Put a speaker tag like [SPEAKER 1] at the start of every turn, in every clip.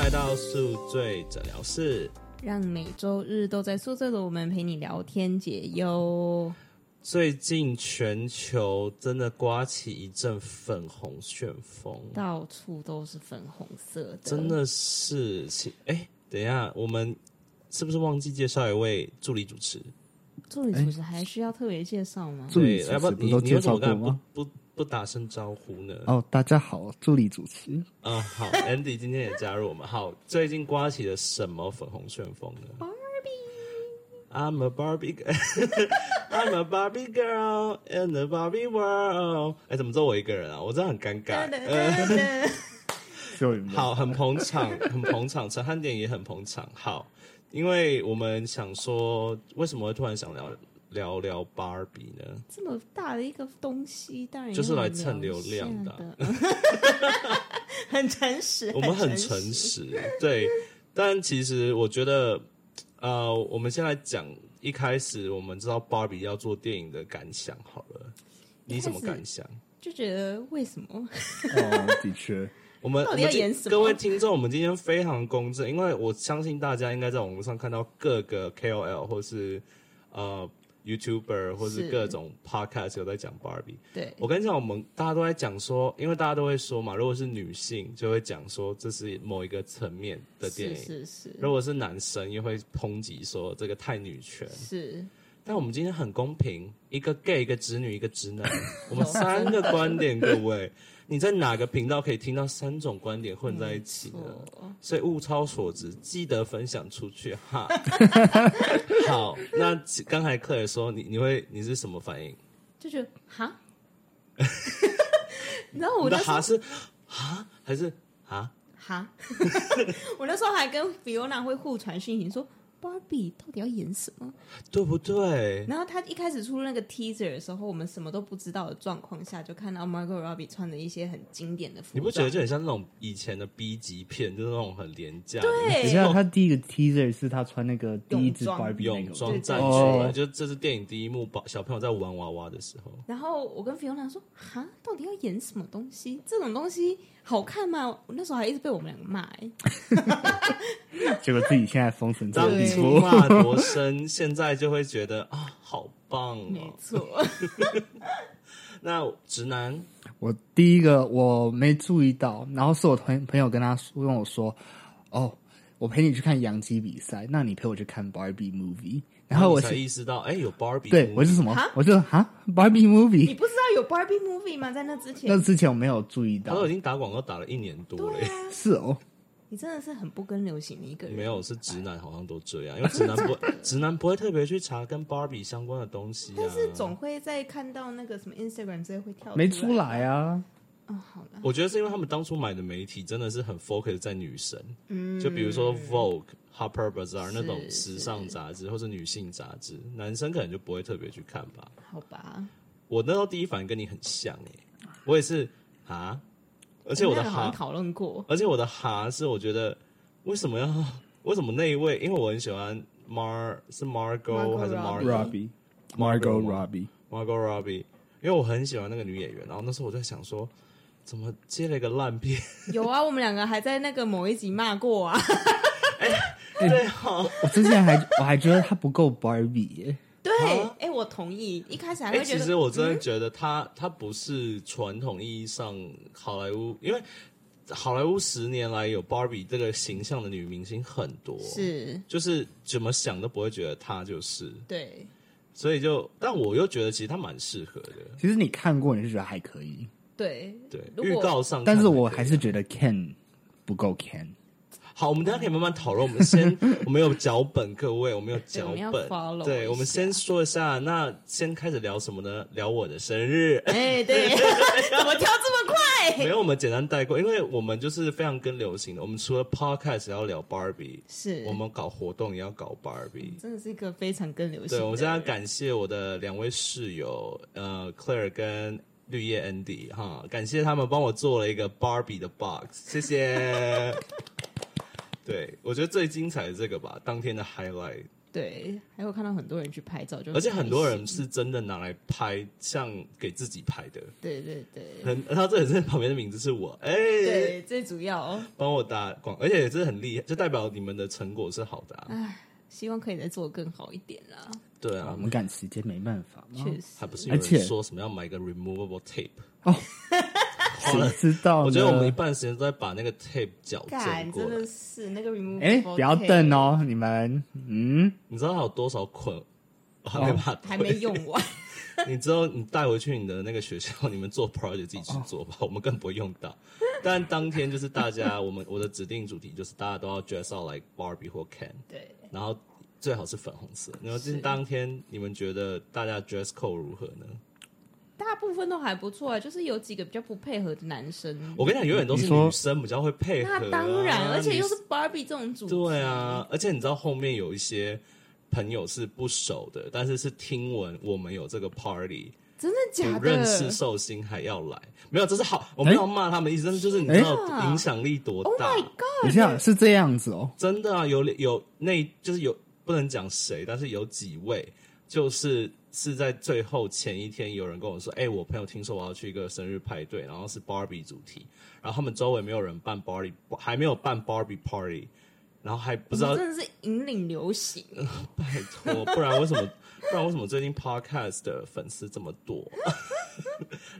[SPEAKER 1] 来到宿醉诊疗室。
[SPEAKER 2] 让每周日都在宿舍的我们陪你聊天解忧。
[SPEAKER 1] 最近全球真的刮起一阵粉红旋风，
[SPEAKER 2] 到处都是粉红色的，
[SPEAKER 1] 真的是请哎、等一下，我们是不是忘记介绍一位助理主持？
[SPEAKER 2] 助理主持还需要特别介绍吗？
[SPEAKER 3] 助理
[SPEAKER 1] 对要
[SPEAKER 3] 主
[SPEAKER 1] 不
[SPEAKER 3] 持
[SPEAKER 1] 你
[SPEAKER 3] 都
[SPEAKER 1] 你为
[SPEAKER 3] 介
[SPEAKER 1] 什么
[SPEAKER 3] 绍过
[SPEAKER 1] 刚才
[SPEAKER 3] 吗？
[SPEAKER 1] 不不不打声招呼呢？
[SPEAKER 3] 哦，大家好，助理主持。
[SPEAKER 1] 嗯、好，Andy 今天也加入我们。好，最近刮起了什么粉红旋风呢？Barbie，I'm a Barbie girl，I'm a Barbie girl in the Barbie world。哎，怎么只有我一个人啊？我真的很尴尬。
[SPEAKER 3] 救命！
[SPEAKER 1] 好，很捧场， 很捧场，陈汉典也很捧场。好，因为我们想说，为什么会突然想聊聊聊 Barbie 呢？
[SPEAKER 2] 这么大的一个东西，当然
[SPEAKER 1] 就是
[SPEAKER 2] 要
[SPEAKER 1] 来
[SPEAKER 2] 聊
[SPEAKER 1] 蹭流
[SPEAKER 2] 一下
[SPEAKER 1] 量的
[SPEAKER 2] 的， 很诚实，
[SPEAKER 1] 我们很诚
[SPEAKER 2] 诚实。
[SPEAKER 1] 实，对。但其实我觉得，呃，我们先来讲一开始我们知道 Barbie 要做电影的感想好了，你什么
[SPEAKER 2] 一开始
[SPEAKER 1] 感想？
[SPEAKER 2] 就觉得为什么？
[SPEAKER 3] 哦，的确，
[SPEAKER 1] 我们
[SPEAKER 2] 到
[SPEAKER 1] 我
[SPEAKER 2] 底
[SPEAKER 1] 们
[SPEAKER 2] 要
[SPEAKER 1] 今
[SPEAKER 2] 演什么
[SPEAKER 1] 各位听众，我们今天非常公正，因为我相信大家应该在网络上看到各个 KOL 或是呃 YouTuber 或是
[SPEAKER 2] 是
[SPEAKER 1] 各种 Podcast 有在讲 Barbie。
[SPEAKER 2] 对，
[SPEAKER 1] 我跟你讲，我们大家都在讲说，因为大家都会说嘛，如果是女性就会讲说这是某一个层面的电
[SPEAKER 2] 是
[SPEAKER 1] 影，
[SPEAKER 2] 是是
[SPEAKER 1] 如果是男生又会抨击说这个太女权。
[SPEAKER 2] 是，
[SPEAKER 1] 但我们今天很公平，一个 gay，一个直女，一个直男，我 们三个观点，各位，你在哪个频道可以听到三种观点混在一起呢？
[SPEAKER 2] 错
[SPEAKER 1] 所以物超所值，记得分享出去 哈。好，那刚才克尔说你你会你是什么反应？
[SPEAKER 2] 就觉得哈， 然后我
[SPEAKER 1] 你的
[SPEAKER 2] 那时候
[SPEAKER 1] 哈是哈还是哈？
[SPEAKER 2] 哈， 我那时候还跟 Fiona 会互传讯息说。Barbie 到底要演什么？
[SPEAKER 1] 对不对？
[SPEAKER 2] 然后他一开始出那个 teaser 的时候，我们什么都不知道的状况下，就看到 Margot Robbie 穿着一些很经典的服
[SPEAKER 1] 你
[SPEAKER 2] 装。
[SPEAKER 1] 不觉得就很像那种以前的 B 级片，就是那种很廉价的
[SPEAKER 3] 等
[SPEAKER 2] 对
[SPEAKER 3] 一下，他第一个 teaser 是他穿那个第一只
[SPEAKER 2] 泳装
[SPEAKER 3] Barbie 那
[SPEAKER 1] 哎泳
[SPEAKER 3] 个吗，
[SPEAKER 1] 装站出来，就这是电影第一幕，宝小朋友在玩娃娃的时候，
[SPEAKER 2] 然后我跟 Fiona 说：“哈，到底要演什么东西？这种东西好看吗？”我那时候还一直被我们两个骂、欸，
[SPEAKER 3] 结果自己现在封神这
[SPEAKER 1] 当
[SPEAKER 3] 个地
[SPEAKER 1] 初
[SPEAKER 3] 步。
[SPEAKER 1] 骂多深，现在就会觉得啊，好棒
[SPEAKER 2] 没
[SPEAKER 1] 哦。
[SPEAKER 2] 错，
[SPEAKER 1] 那直男
[SPEAKER 3] 我第一个我没注意到，然后是我朋朋友跟他说跟我说，哦，我陪你去看洋基比赛，那你陪我去看 Barbie movie。然后我
[SPEAKER 1] 你才
[SPEAKER 3] 是
[SPEAKER 1] 意识到，哎，有 Barbie，
[SPEAKER 3] 对我
[SPEAKER 1] 是
[SPEAKER 3] 是什么
[SPEAKER 2] 哈？
[SPEAKER 3] 我就啊 Barbie
[SPEAKER 2] 你
[SPEAKER 3] movie。
[SPEAKER 2] 不知道有 Barbie movie 吗？在那之前
[SPEAKER 3] 那，之前我没有注意
[SPEAKER 1] 他
[SPEAKER 3] 到
[SPEAKER 1] 都，已经打广告打了一年多了
[SPEAKER 2] 对。啊，
[SPEAKER 3] 是哦，
[SPEAKER 2] 你真的是很不跟流行的一个人。
[SPEAKER 1] 没有，是直男好像都这样，因为直男 不直男不会特别去查跟 Barbie 相关的东西啊。
[SPEAKER 2] 但是总会在看到那个什么 Instagram 之类会跳
[SPEAKER 3] 没
[SPEAKER 2] 出
[SPEAKER 3] 出来。啊。
[SPEAKER 2] 哦，好了，
[SPEAKER 1] 我觉得是因为他们当初买的媒体真的是很 focus 在女神，
[SPEAKER 2] 嗯
[SPEAKER 1] 就比如说 Vogue、Harper Bazaar 那种时尚杂志或是女性杂志，男生可能就不会特别去看吧。
[SPEAKER 2] 好吧，
[SPEAKER 1] 我那时候第一反应跟你很像诶、我也是啊，而且我的
[SPEAKER 2] 哎那好像
[SPEAKER 1] 哈，
[SPEAKER 2] 讨论过，
[SPEAKER 1] 而且我的哈是我觉得为什么要为什么那一位，因为我很喜欢 Mar 是 Margot
[SPEAKER 2] Margot
[SPEAKER 1] 还是
[SPEAKER 2] Robbie
[SPEAKER 1] Margot
[SPEAKER 3] Robbie
[SPEAKER 1] Margot
[SPEAKER 3] Margot Robbie，
[SPEAKER 1] Margot Robbie，因为我很喜欢那个女演员，然后那时候我在想说，怎么接了一个烂片？
[SPEAKER 2] 有啊，我们两个还在那个某一集骂过啊。
[SPEAKER 1] 对
[SPEAKER 2] 哦
[SPEAKER 1] 哈、
[SPEAKER 3] 我之前还我还觉得她不够 Barbie 耶。
[SPEAKER 2] 对，
[SPEAKER 1] 啊
[SPEAKER 2] 哎、我同意，一开始还
[SPEAKER 1] 哎、
[SPEAKER 2] 会觉
[SPEAKER 1] 其
[SPEAKER 2] 得，嗯
[SPEAKER 1] 实我真的觉得他、他不是传统意义上好莱坞，因为好莱坞十年来有 Barbie 这个形象的女明星很多，
[SPEAKER 2] 是
[SPEAKER 1] 就是怎么想都不会觉得她就是，
[SPEAKER 2] 对，
[SPEAKER 1] 所以就但我又觉得其实她蛮适合的，
[SPEAKER 3] 其实你看过，你是觉得还可以，
[SPEAKER 2] 对
[SPEAKER 1] 对，
[SPEAKER 2] 如
[SPEAKER 1] 预
[SPEAKER 2] 果
[SPEAKER 1] 告上看可以，
[SPEAKER 3] 但是我还是觉得 Ken 不够 Ken。
[SPEAKER 1] 好，我们等一下可以慢慢讨论。我们 先，我们有脚本，各位，我们有脚
[SPEAKER 2] 对我们要
[SPEAKER 1] 本。
[SPEAKER 2] follow 一
[SPEAKER 1] 对，
[SPEAKER 2] 下
[SPEAKER 1] 我们先说一下，那先开始聊什么呢？聊我的生日。
[SPEAKER 2] 哎、对，怎么跳这么快？
[SPEAKER 1] 没有，我们简单带过，因为我们就是非常跟流行的。我们除了 podcast 要聊 Barbie，
[SPEAKER 2] 是
[SPEAKER 1] 我们搞活动也要搞 Barbie。
[SPEAKER 2] 真的是一个非常跟流行的
[SPEAKER 1] 对，
[SPEAKER 2] 人。
[SPEAKER 1] 我现在感谢我的两位室友，呃，Claire 跟绿叶 Andy 哈，感谢他们帮我做了一个 Barbie 的 box，谢 谢。对，我觉得最精彩的这个吧，当天的 highlight，
[SPEAKER 2] 对，还有看到很多人去拍照，就
[SPEAKER 1] 而且很多
[SPEAKER 2] 开
[SPEAKER 1] 人
[SPEAKER 2] 心
[SPEAKER 1] 是真的拿来拍，像给自己拍的。
[SPEAKER 2] 对对对
[SPEAKER 1] 很，他这里是旁边的名字是我，哎、
[SPEAKER 2] 对，最主要
[SPEAKER 1] 帮我打广，而且这很厉害，就代表你们的成果是好的、啊。
[SPEAKER 2] 嗯希望可以再做得更好一点啦，
[SPEAKER 1] 对
[SPEAKER 3] 啊
[SPEAKER 1] 啊
[SPEAKER 3] 我，们赶时间没办法嘛。
[SPEAKER 2] 确实
[SPEAKER 1] 还不是有
[SPEAKER 3] 而且
[SPEAKER 1] 人说什么要买一个 removable tape？花了
[SPEAKER 3] 谁知道呢？
[SPEAKER 1] 我觉得我们一半时间都在把那个 tape 矫正
[SPEAKER 2] 干
[SPEAKER 1] 过
[SPEAKER 2] 真
[SPEAKER 1] 来
[SPEAKER 2] 的。是那个 remove，
[SPEAKER 3] 哎、不要等，哦，你们嗯，
[SPEAKER 1] 你知道它有多少捆？我还没把它退
[SPEAKER 2] 还没。用完，
[SPEAKER 1] 你之后你带回去你的那个学校， 你们做 project 自己去做吧，我们更不会用到。但当天就是大家，我们我的指定主题就是大家都要 dress out like Barbie 或 Ken，
[SPEAKER 2] 对，
[SPEAKER 1] 然后最好是粉红色。然后就是
[SPEAKER 2] 是
[SPEAKER 1] 当天你们觉得大家 dress code 如何呢？
[SPEAKER 2] 大部分都还不错啊，就是有几个比较不配合的男生，
[SPEAKER 1] 我跟你讲，永远都是
[SPEAKER 3] 你说
[SPEAKER 1] 女生比较会配合、啊。
[SPEAKER 2] 那当然，而且又
[SPEAKER 1] 女
[SPEAKER 2] 是 Barbie 这种主题，
[SPEAKER 1] 对啊，而且你知道后面有一些朋友是不熟的，但是是听闻我们有这个 party，
[SPEAKER 2] 真的假
[SPEAKER 1] 不认识
[SPEAKER 2] 的
[SPEAKER 1] 寿星还要来，没有，这是好，我没有骂他们的意思，但是就是你
[SPEAKER 3] 哎
[SPEAKER 1] 知道影响力多
[SPEAKER 2] ？Oh
[SPEAKER 1] 大，
[SPEAKER 2] my god！
[SPEAKER 3] 你这样是这样子哦。
[SPEAKER 1] 真的啊，有有那就是有不能讲谁，但是有几位就是是在最后前一天有人跟我说，哎、我朋友听说我要去一个生日派对，然后是 Barbie 主题，然后他们周围没有人办 Barbie，还没有办 Barbie party。然后还不知
[SPEAKER 2] 我
[SPEAKER 1] 道
[SPEAKER 2] 们真的是引领流行，
[SPEAKER 1] 拜托，不然为什么？ 不然为什么最近 podcast 的粉丝这么多，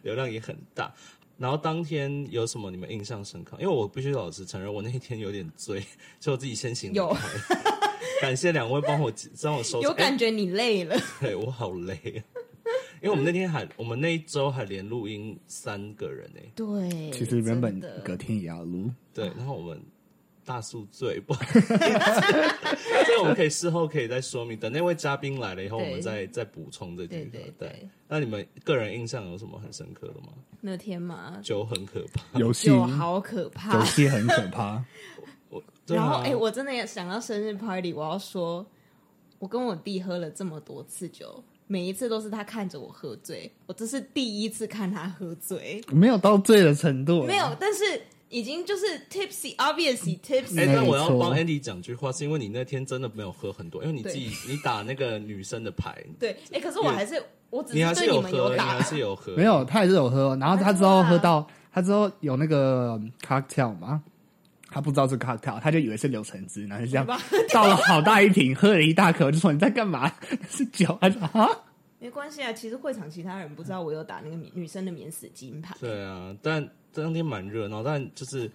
[SPEAKER 1] 流量也很大？然后当天有什么你们印象深刻？因为我必须老实承认，我那一天有点醉， 所以我自己先行离
[SPEAKER 2] 有
[SPEAKER 1] 开。 感谢两位帮我让我收拾。
[SPEAKER 2] 有
[SPEAKER 1] 哎
[SPEAKER 2] 感觉你 累了，
[SPEAKER 1] 对我好累、啊，因为我们那天还我们那一周还连录音三个人哎、
[SPEAKER 2] 对，
[SPEAKER 3] 其实原本
[SPEAKER 2] 真的
[SPEAKER 3] 隔天也要录，
[SPEAKER 1] 对，
[SPEAKER 2] 嗯
[SPEAKER 1] 然后我们大宿醉， 不好意思，所以我们可以事后可以再说明。等那位嘉宾来了以后，我
[SPEAKER 2] 对
[SPEAKER 1] 们再再补充这
[SPEAKER 2] 对
[SPEAKER 1] 几个
[SPEAKER 2] 对。对，
[SPEAKER 1] 那你们个人印象有什么很深刻的吗？
[SPEAKER 2] 那天嘛，
[SPEAKER 1] 酒很可怕，
[SPEAKER 3] 游戏
[SPEAKER 2] 就好可
[SPEAKER 3] 游
[SPEAKER 2] 怕。
[SPEAKER 3] 戏很可怕。
[SPEAKER 1] 对啊
[SPEAKER 2] 然后，哎、我真的也想到生日 party，我要说，我跟我弟喝了这么多次酒，每一次都是他看着我喝醉，我这是第一次看他喝醉，
[SPEAKER 3] 没有到醉的程度，
[SPEAKER 2] 没有，但是已经就是 tipsy，obviously
[SPEAKER 1] 哎、
[SPEAKER 2] tipsy，、
[SPEAKER 1] 但我要
[SPEAKER 3] 没错
[SPEAKER 1] 帮 Andy 讲句话，是因为你那天真的没有喝很多，因为你自己你打那个女生的牌，
[SPEAKER 2] 对，哎、可是我还是，我只
[SPEAKER 1] 你还
[SPEAKER 2] 是
[SPEAKER 1] 是
[SPEAKER 2] 对你们
[SPEAKER 1] 喝，你
[SPEAKER 2] 打
[SPEAKER 1] 还，是有喝，
[SPEAKER 3] 没有，他也是有喝。然后他之后喝到，他之后有那个嗯 cocktail 嘛，他不知道是 cocktail，他就以为是柳橙汁，然后就这样
[SPEAKER 2] 对吧
[SPEAKER 3] 倒了好大一瓶，喝了一大口，就说你在干嘛？是酒？他说啊，
[SPEAKER 2] 没关系啊。其实会场其他人不知道我有打那个免女生的免死金牌，
[SPEAKER 1] 对啊，但当天蛮热闹，但就是，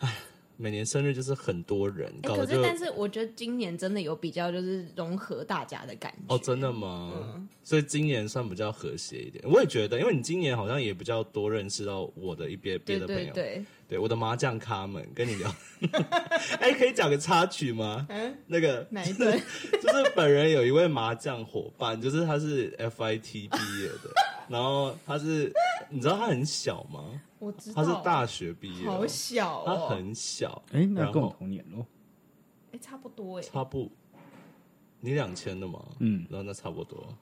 [SPEAKER 1] 唉，每年生日就是很多人，
[SPEAKER 2] 哎、
[SPEAKER 1] 搞
[SPEAKER 2] 可
[SPEAKER 1] 得就是
[SPEAKER 2] 但是我觉得今年真的有比较就是融合大家的感觉，
[SPEAKER 1] 哦，真的吗？
[SPEAKER 2] 嗯
[SPEAKER 1] 所以今年算比较和谐一点，我也觉得，因为你今年好像也比较多认识到我的一边别的
[SPEAKER 2] 对
[SPEAKER 1] 朋友，
[SPEAKER 2] 对对，
[SPEAKER 1] 对我的麻将咖们跟你聊， 哎、可以讲个插曲吗？
[SPEAKER 2] 嗯，
[SPEAKER 1] 那个
[SPEAKER 2] 哪一对？
[SPEAKER 1] 就是本人有一位麻将伙伴，就是他是 FIT 毕业的，然后他是，你知道他很小吗？
[SPEAKER 2] 我知道，
[SPEAKER 1] 他是大学毕业，哦
[SPEAKER 2] 好小
[SPEAKER 1] 他
[SPEAKER 2] 哦，
[SPEAKER 1] 很小，
[SPEAKER 3] 哎，那
[SPEAKER 1] 然
[SPEAKER 3] 跟我
[SPEAKER 1] 后
[SPEAKER 3] 同年咯。
[SPEAKER 2] 哎、差不多哎，
[SPEAKER 1] 差不，你两千的嘛，
[SPEAKER 3] 嗯，
[SPEAKER 1] 然后那差不多，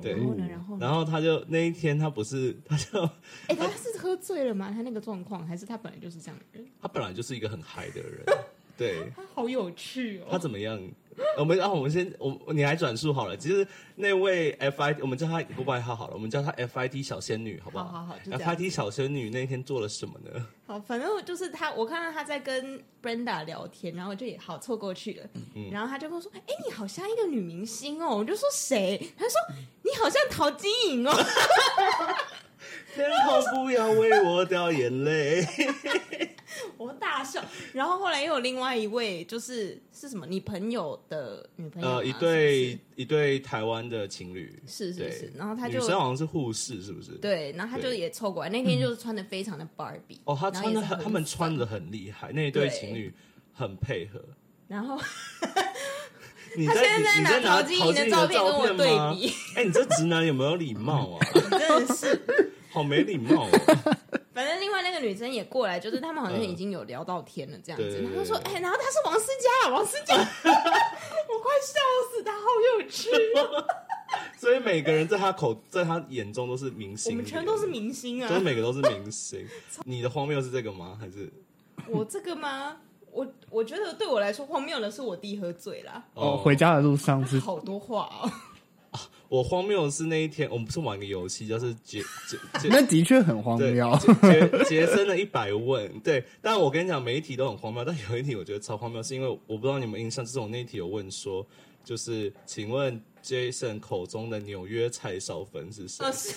[SPEAKER 1] 对
[SPEAKER 2] 然
[SPEAKER 3] 哦
[SPEAKER 2] 后呢，然后呢，
[SPEAKER 1] 然后他就那一天他不是，他就
[SPEAKER 2] 哎、他是喝醉了吗？他那个状况，还是他本来就是这样的人？
[SPEAKER 1] 他本来就是一个很嗨的 人，对
[SPEAKER 2] 他好有趣哦，
[SPEAKER 1] 他怎么样？我们然啊后、我们先我你来转述好了。其实那位 FIT，我们叫他不外号好了，我们叫他 FIT 小仙女，好不
[SPEAKER 2] 好好好就这样
[SPEAKER 1] FIT 小仙女那一天做了什么 呢？
[SPEAKER 2] 好，反正我就是他，我看到他在跟 Brenda 聊天，然后我就也好凑过去了，
[SPEAKER 1] 嗯
[SPEAKER 2] 然后他就跟我说：“哎、你好像一个女明星哦。”我就说谁？他说：“你好像陶晶莹哦。
[SPEAKER 1] 天空不要为我掉眼 泪。”
[SPEAKER 2] 我大笑。然后后来又有另外一位，就是是什么？你朋友的女朋友吗、
[SPEAKER 1] 呃，一
[SPEAKER 2] 啊是
[SPEAKER 1] 对一对台湾的情侣，
[SPEAKER 2] 是是
[SPEAKER 1] 对
[SPEAKER 2] 是然后他就
[SPEAKER 1] 女生好像是护士，是不是？
[SPEAKER 2] 不是对，然后他就
[SPEAKER 1] 对
[SPEAKER 2] 也凑过来。那天就是穿的非常的 Barbie
[SPEAKER 1] 哦，他
[SPEAKER 2] 然后
[SPEAKER 1] 穿
[SPEAKER 2] 也
[SPEAKER 1] 的
[SPEAKER 2] 是
[SPEAKER 1] 很，
[SPEAKER 2] 很
[SPEAKER 1] 他们
[SPEAKER 2] 粉
[SPEAKER 1] 穿的很厉害，那一对
[SPEAKER 2] 对
[SPEAKER 1] 情侣很配合。
[SPEAKER 2] 然后
[SPEAKER 1] 你
[SPEAKER 2] 他
[SPEAKER 1] 在
[SPEAKER 2] 现
[SPEAKER 1] 你
[SPEAKER 2] 在
[SPEAKER 1] 你
[SPEAKER 2] 拿
[SPEAKER 1] 在
[SPEAKER 2] 陶
[SPEAKER 1] 拿
[SPEAKER 2] 晶
[SPEAKER 1] 陶
[SPEAKER 2] 莹
[SPEAKER 1] 晶
[SPEAKER 2] 的
[SPEAKER 1] 莹
[SPEAKER 2] 照
[SPEAKER 1] 的
[SPEAKER 2] 片跟我
[SPEAKER 1] 片
[SPEAKER 2] 对
[SPEAKER 1] 吗？
[SPEAKER 2] 比，
[SPEAKER 1] 哎、你这直男有没有礼貌啊？
[SPEAKER 2] 真的是。
[SPEAKER 1] 好没礼貌、哦！
[SPEAKER 2] 反正另外那个女生也过来，就是他们好像已经有聊到天了这样子。
[SPEAKER 1] 对对对
[SPEAKER 2] 然后她说：“哎、然后他是王思佳，王思 佳，我快笑死他，好有趣哦！
[SPEAKER 1] 所以每个人在他口，在他眼中都是明
[SPEAKER 2] 我
[SPEAKER 1] 星，
[SPEAKER 2] 们全都是，明星
[SPEAKER 1] 就是
[SPEAKER 2] 啊！
[SPEAKER 1] 每个都是明星。你的荒谬是这个吗？还是
[SPEAKER 2] 我这个吗？我我觉得对我来说荒谬的是我弟喝醉啦，
[SPEAKER 3] 哦，回家的路上是
[SPEAKER 2] 好多话哦。
[SPEAKER 1] 我荒谬的是那一天，我们不是玩个游戏，就是杰杰杰
[SPEAKER 3] 那的确很荒
[SPEAKER 1] 对，
[SPEAKER 3] 谬。
[SPEAKER 1] 杰杰杰森的一百问，对，但我跟你讲，每一题都很荒谬，但有一题我觉得超荒谬，是因为我不知道你们印象，就是我那一题有问说，就是请问 Jason 口中的纽约菜烧分 是谁？
[SPEAKER 2] 呃是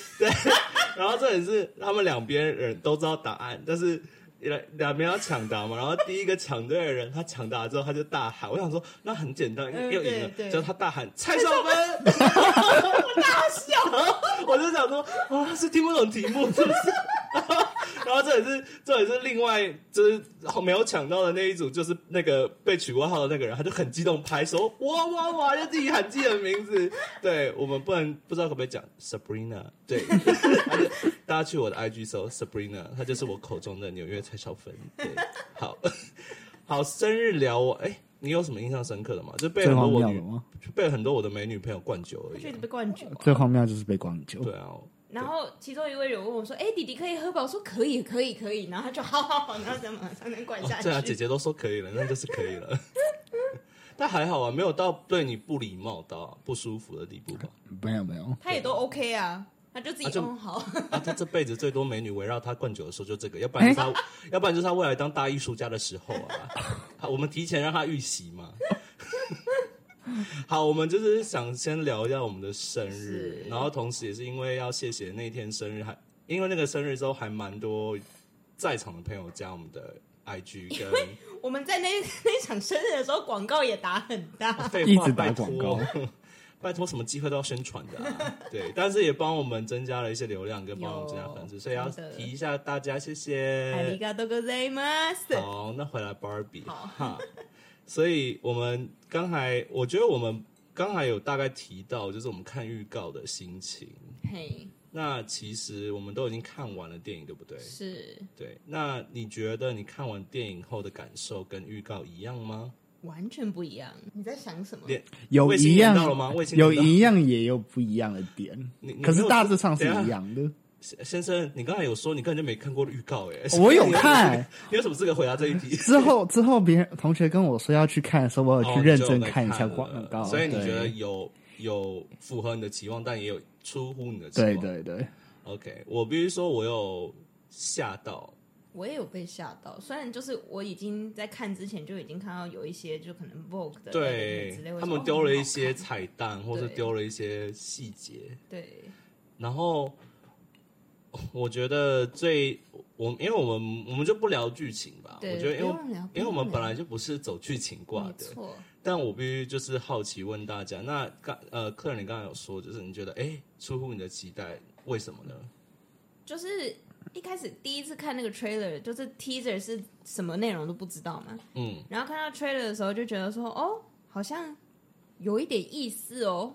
[SPEAKER 1] 然后这也是他们两边人都知道答案，但是两两边要抢答嘛。 然后第一个抢对的人，他抢答之后他就大喊，我想说那很简单，
[SPEAKER 2] 嗯
[SPEAKER 1] 又赢了
[SPEAKER 2] 对。对
[SPEAKER 1] 结果他大喊蔡少芬，我大 笑，我就想说啊是听不懂题目是不是？ 然后这也是，这也是另外就是没有抢到的那一组，就是那个被取过号的那个人，他就很激动拍手，哇哇哇，就自己喊自己的名字。对我们不能不知道可不可以讲 Sabrina，对，他就大家去我的 IG 搜 Sabrina，她就是我口中的纽约蔡少芬。 对，好 好生日聊我，哎，你有什么印象深刻的吗？就被很
[SPEAKER 3] 最
[SPEAKER 1] 多
[SPEAKER 3] 荒
[SPEAKER 1] 我
[SPEAKER 3] 谬
[SPEAKER 1] 女
[SPEAKER 3] 的吗？
[SPEAKER 1] 被很多我的美女朋友灌酒而
[SPEAKER 2] 我
[SPEAKER 1] 已
[SPEAKER 2] 觉得
[SPEAKER 1] 啊。
[SPEAKER 2] 被灌酒啊。
[SPEAKER 3] 最荒谬就是被灌酒
[SPEAKER 1] 对。啊，
[SPEAKER 2] 然后其中一位有问我说：“哎、弟弟可以喝吧？”我说：“可以，可以，可以。”然后他就好好好，然后咱们才能灌
[SPEAKER 1] 哦
[SPEAKER 2] 下去。
[SPEAKER 1] 对啊，姐姐都说可以了，那就是可以了。 但还好啊，没有到对你不礼貌到啊不舒服的地步吧？
[SPEAKER 3] 没有没有，
[SPEAKER 2] 他也都 OK 啊，他就自
[SPEAKER 1] 啊
[SPEAKER 2] 己
[SPEAKER 1] 就
[SPEAKER 2] 嗯好。
[SPEAKER 1] 啊，他这辈子最多美女围绕他灌酒的时候就这个，要不然就是他， 要不然就是他未来当大艺术家的时候啊。好，我们提前让他预习嘛。 好，我们就是想先聊一下我们的生日
[SPEAKER 2] 是，
[SPEAKER 1] 然后同时也是因为要谢谢那天生日还，因为那个生日之后还蛮多在场的朋友加我们的 IG 跟。
[SPEAKER 2] 我们在那那场生日的时候，广告也打很大，
[SPEAKER 1] 废
[SPEAKER 3] 一
[SPEAKER 1] 话，
[SPEAKER 3] 直打
[SPEAKER 1] 拜托，
[SPEAKER 3] 广
[SPEAKER 1] 拜托，什么机会都要宣传的、啊，对，但是也帮我们增加了一些流量，跟帮我们增加粉丝，
[SPEAKER 2] 有
[SPEAKER 1] 所以要
[SPEAKER 2] 真的
[SPEAKER 1] 提一下大家，谢
[SPEAKER 2] あり
[SPEAKER 1] 谢。
[SPEAKER 2] がとうございます。
[SPEAKER 1] 好，那回来 Barbie
[SPEAKER 2] 好
[SPEAKER 1] 哈，所以我们刚才，我觉得我们刚才有大概提到，就是我们看预告的心情。
[SPEAKER 2] 嘿，
[SPEAKER 1] 那其实我们都已经看完了电影，对不对？
[SPEAKER 2] 是
[SPEAKER 1] 对。那你觉得你看完电影后的感受跟预告一样吗？
[SPEAKER 2] 完全不一样。你在想什么？
[SPEAKER 1] 连
[SPEAKER 3] 有
[SPEAKER 1] 卫星
[SPEAKER 3] 一样
[SPEAKER 1] 连到了吗卫星
[SPEAKER 3] 有
[SPEAKER 1] 连到
[SPEAKER 3] 一样也有不一样的点
[SPEAKER 1] 你你，
[SPEAKER 3] 可
[SPEAKER 1] 没
[SPEAKER 3] 是
[SPEAKER 1] 有
[SPEAKER 3] 大致上是
[SPEAKER 1] 等一下
[SPEAKER 3] 一样的。
[SPEAKER 1] 先生，你刚才有说你根本就没看过预告哎、
[SPEAKER 3] 我有看
[SPEAKER 1] 你有什么资格回答这一 题？
[SPEAKER 3] 之后之后，别人同学跟我说要去看的时候，我有
[SPEAKER 1] 哦
[SPEAKER 3] 去
[SPEAKER 1] 你
[SPEAKER 3] 认
[SPEAKER 1] 就有
[SPEAKER 3] 真
[SPEAKER 1] 在
[SPEAKER 3] 看一下
[SPEAKER 1] 了
[SPEAKER 3] 广告。
[SPEAKER 1] 所以你觉得
[SPEAKER 3] 对？
[SPEAKER 1] 有有符合你的期望，但也有出乎你的期望。
[SPEAKER 3] 对对对，
[SPEAKER 1] OK，我必须说，我有吓到，
[SPEAKER 2] 我也有被吓到，虽然就是我已经在看之前就已经看到有一些就可能 Vogue 的
[SPEAKER 1] 对
[SPEAKER 2] 之类，会说，
[SPEAKER 1] 他们
[SPEAKER 2] 哦
[SPEAKER 1] 丢了一
[SPEAKER 2] 很
[SPEAKER 1] 些
[SPEAKER 2] 好看
[SPEAKER 1] 彩 蛋，或是
[SPEAKER 2] 对
[SPEAKER 1] 丢了一些细节，
[SPEAKER 2] 对
[SPEAKER 1] 然后我觉得最我，因为我们我们就不聊剧情吧，
[SPEAKER 2] 对
[SPEAKER 1] 我觉得因为
[SPEAKER 2] 不用聊
[SPEAKER 1] 因为我们
[SPEAKER 2] 不用聊
[SPEAKER 1] 本来就不是走剧情挂
[SPEAKER 2] 没
[SPEAKER 1] 的，
[SPEAKER 2] 错。
[SPEAKER 1] 但我必须就是好奇问大家，那刚呃，客人你刚才有说，就是你觉得哎、诶出乎你的期待，为什么呢？
[SPEAKER 2] 就是一开始第一次看那个 trailer，就是 teaser 是什么内容都不知道嘛，
[SPEAKER 1] 嗯，
[SPEAKER 2] 然后看到 trailer 的时候就觉得说，哦，好像有一点意思哦，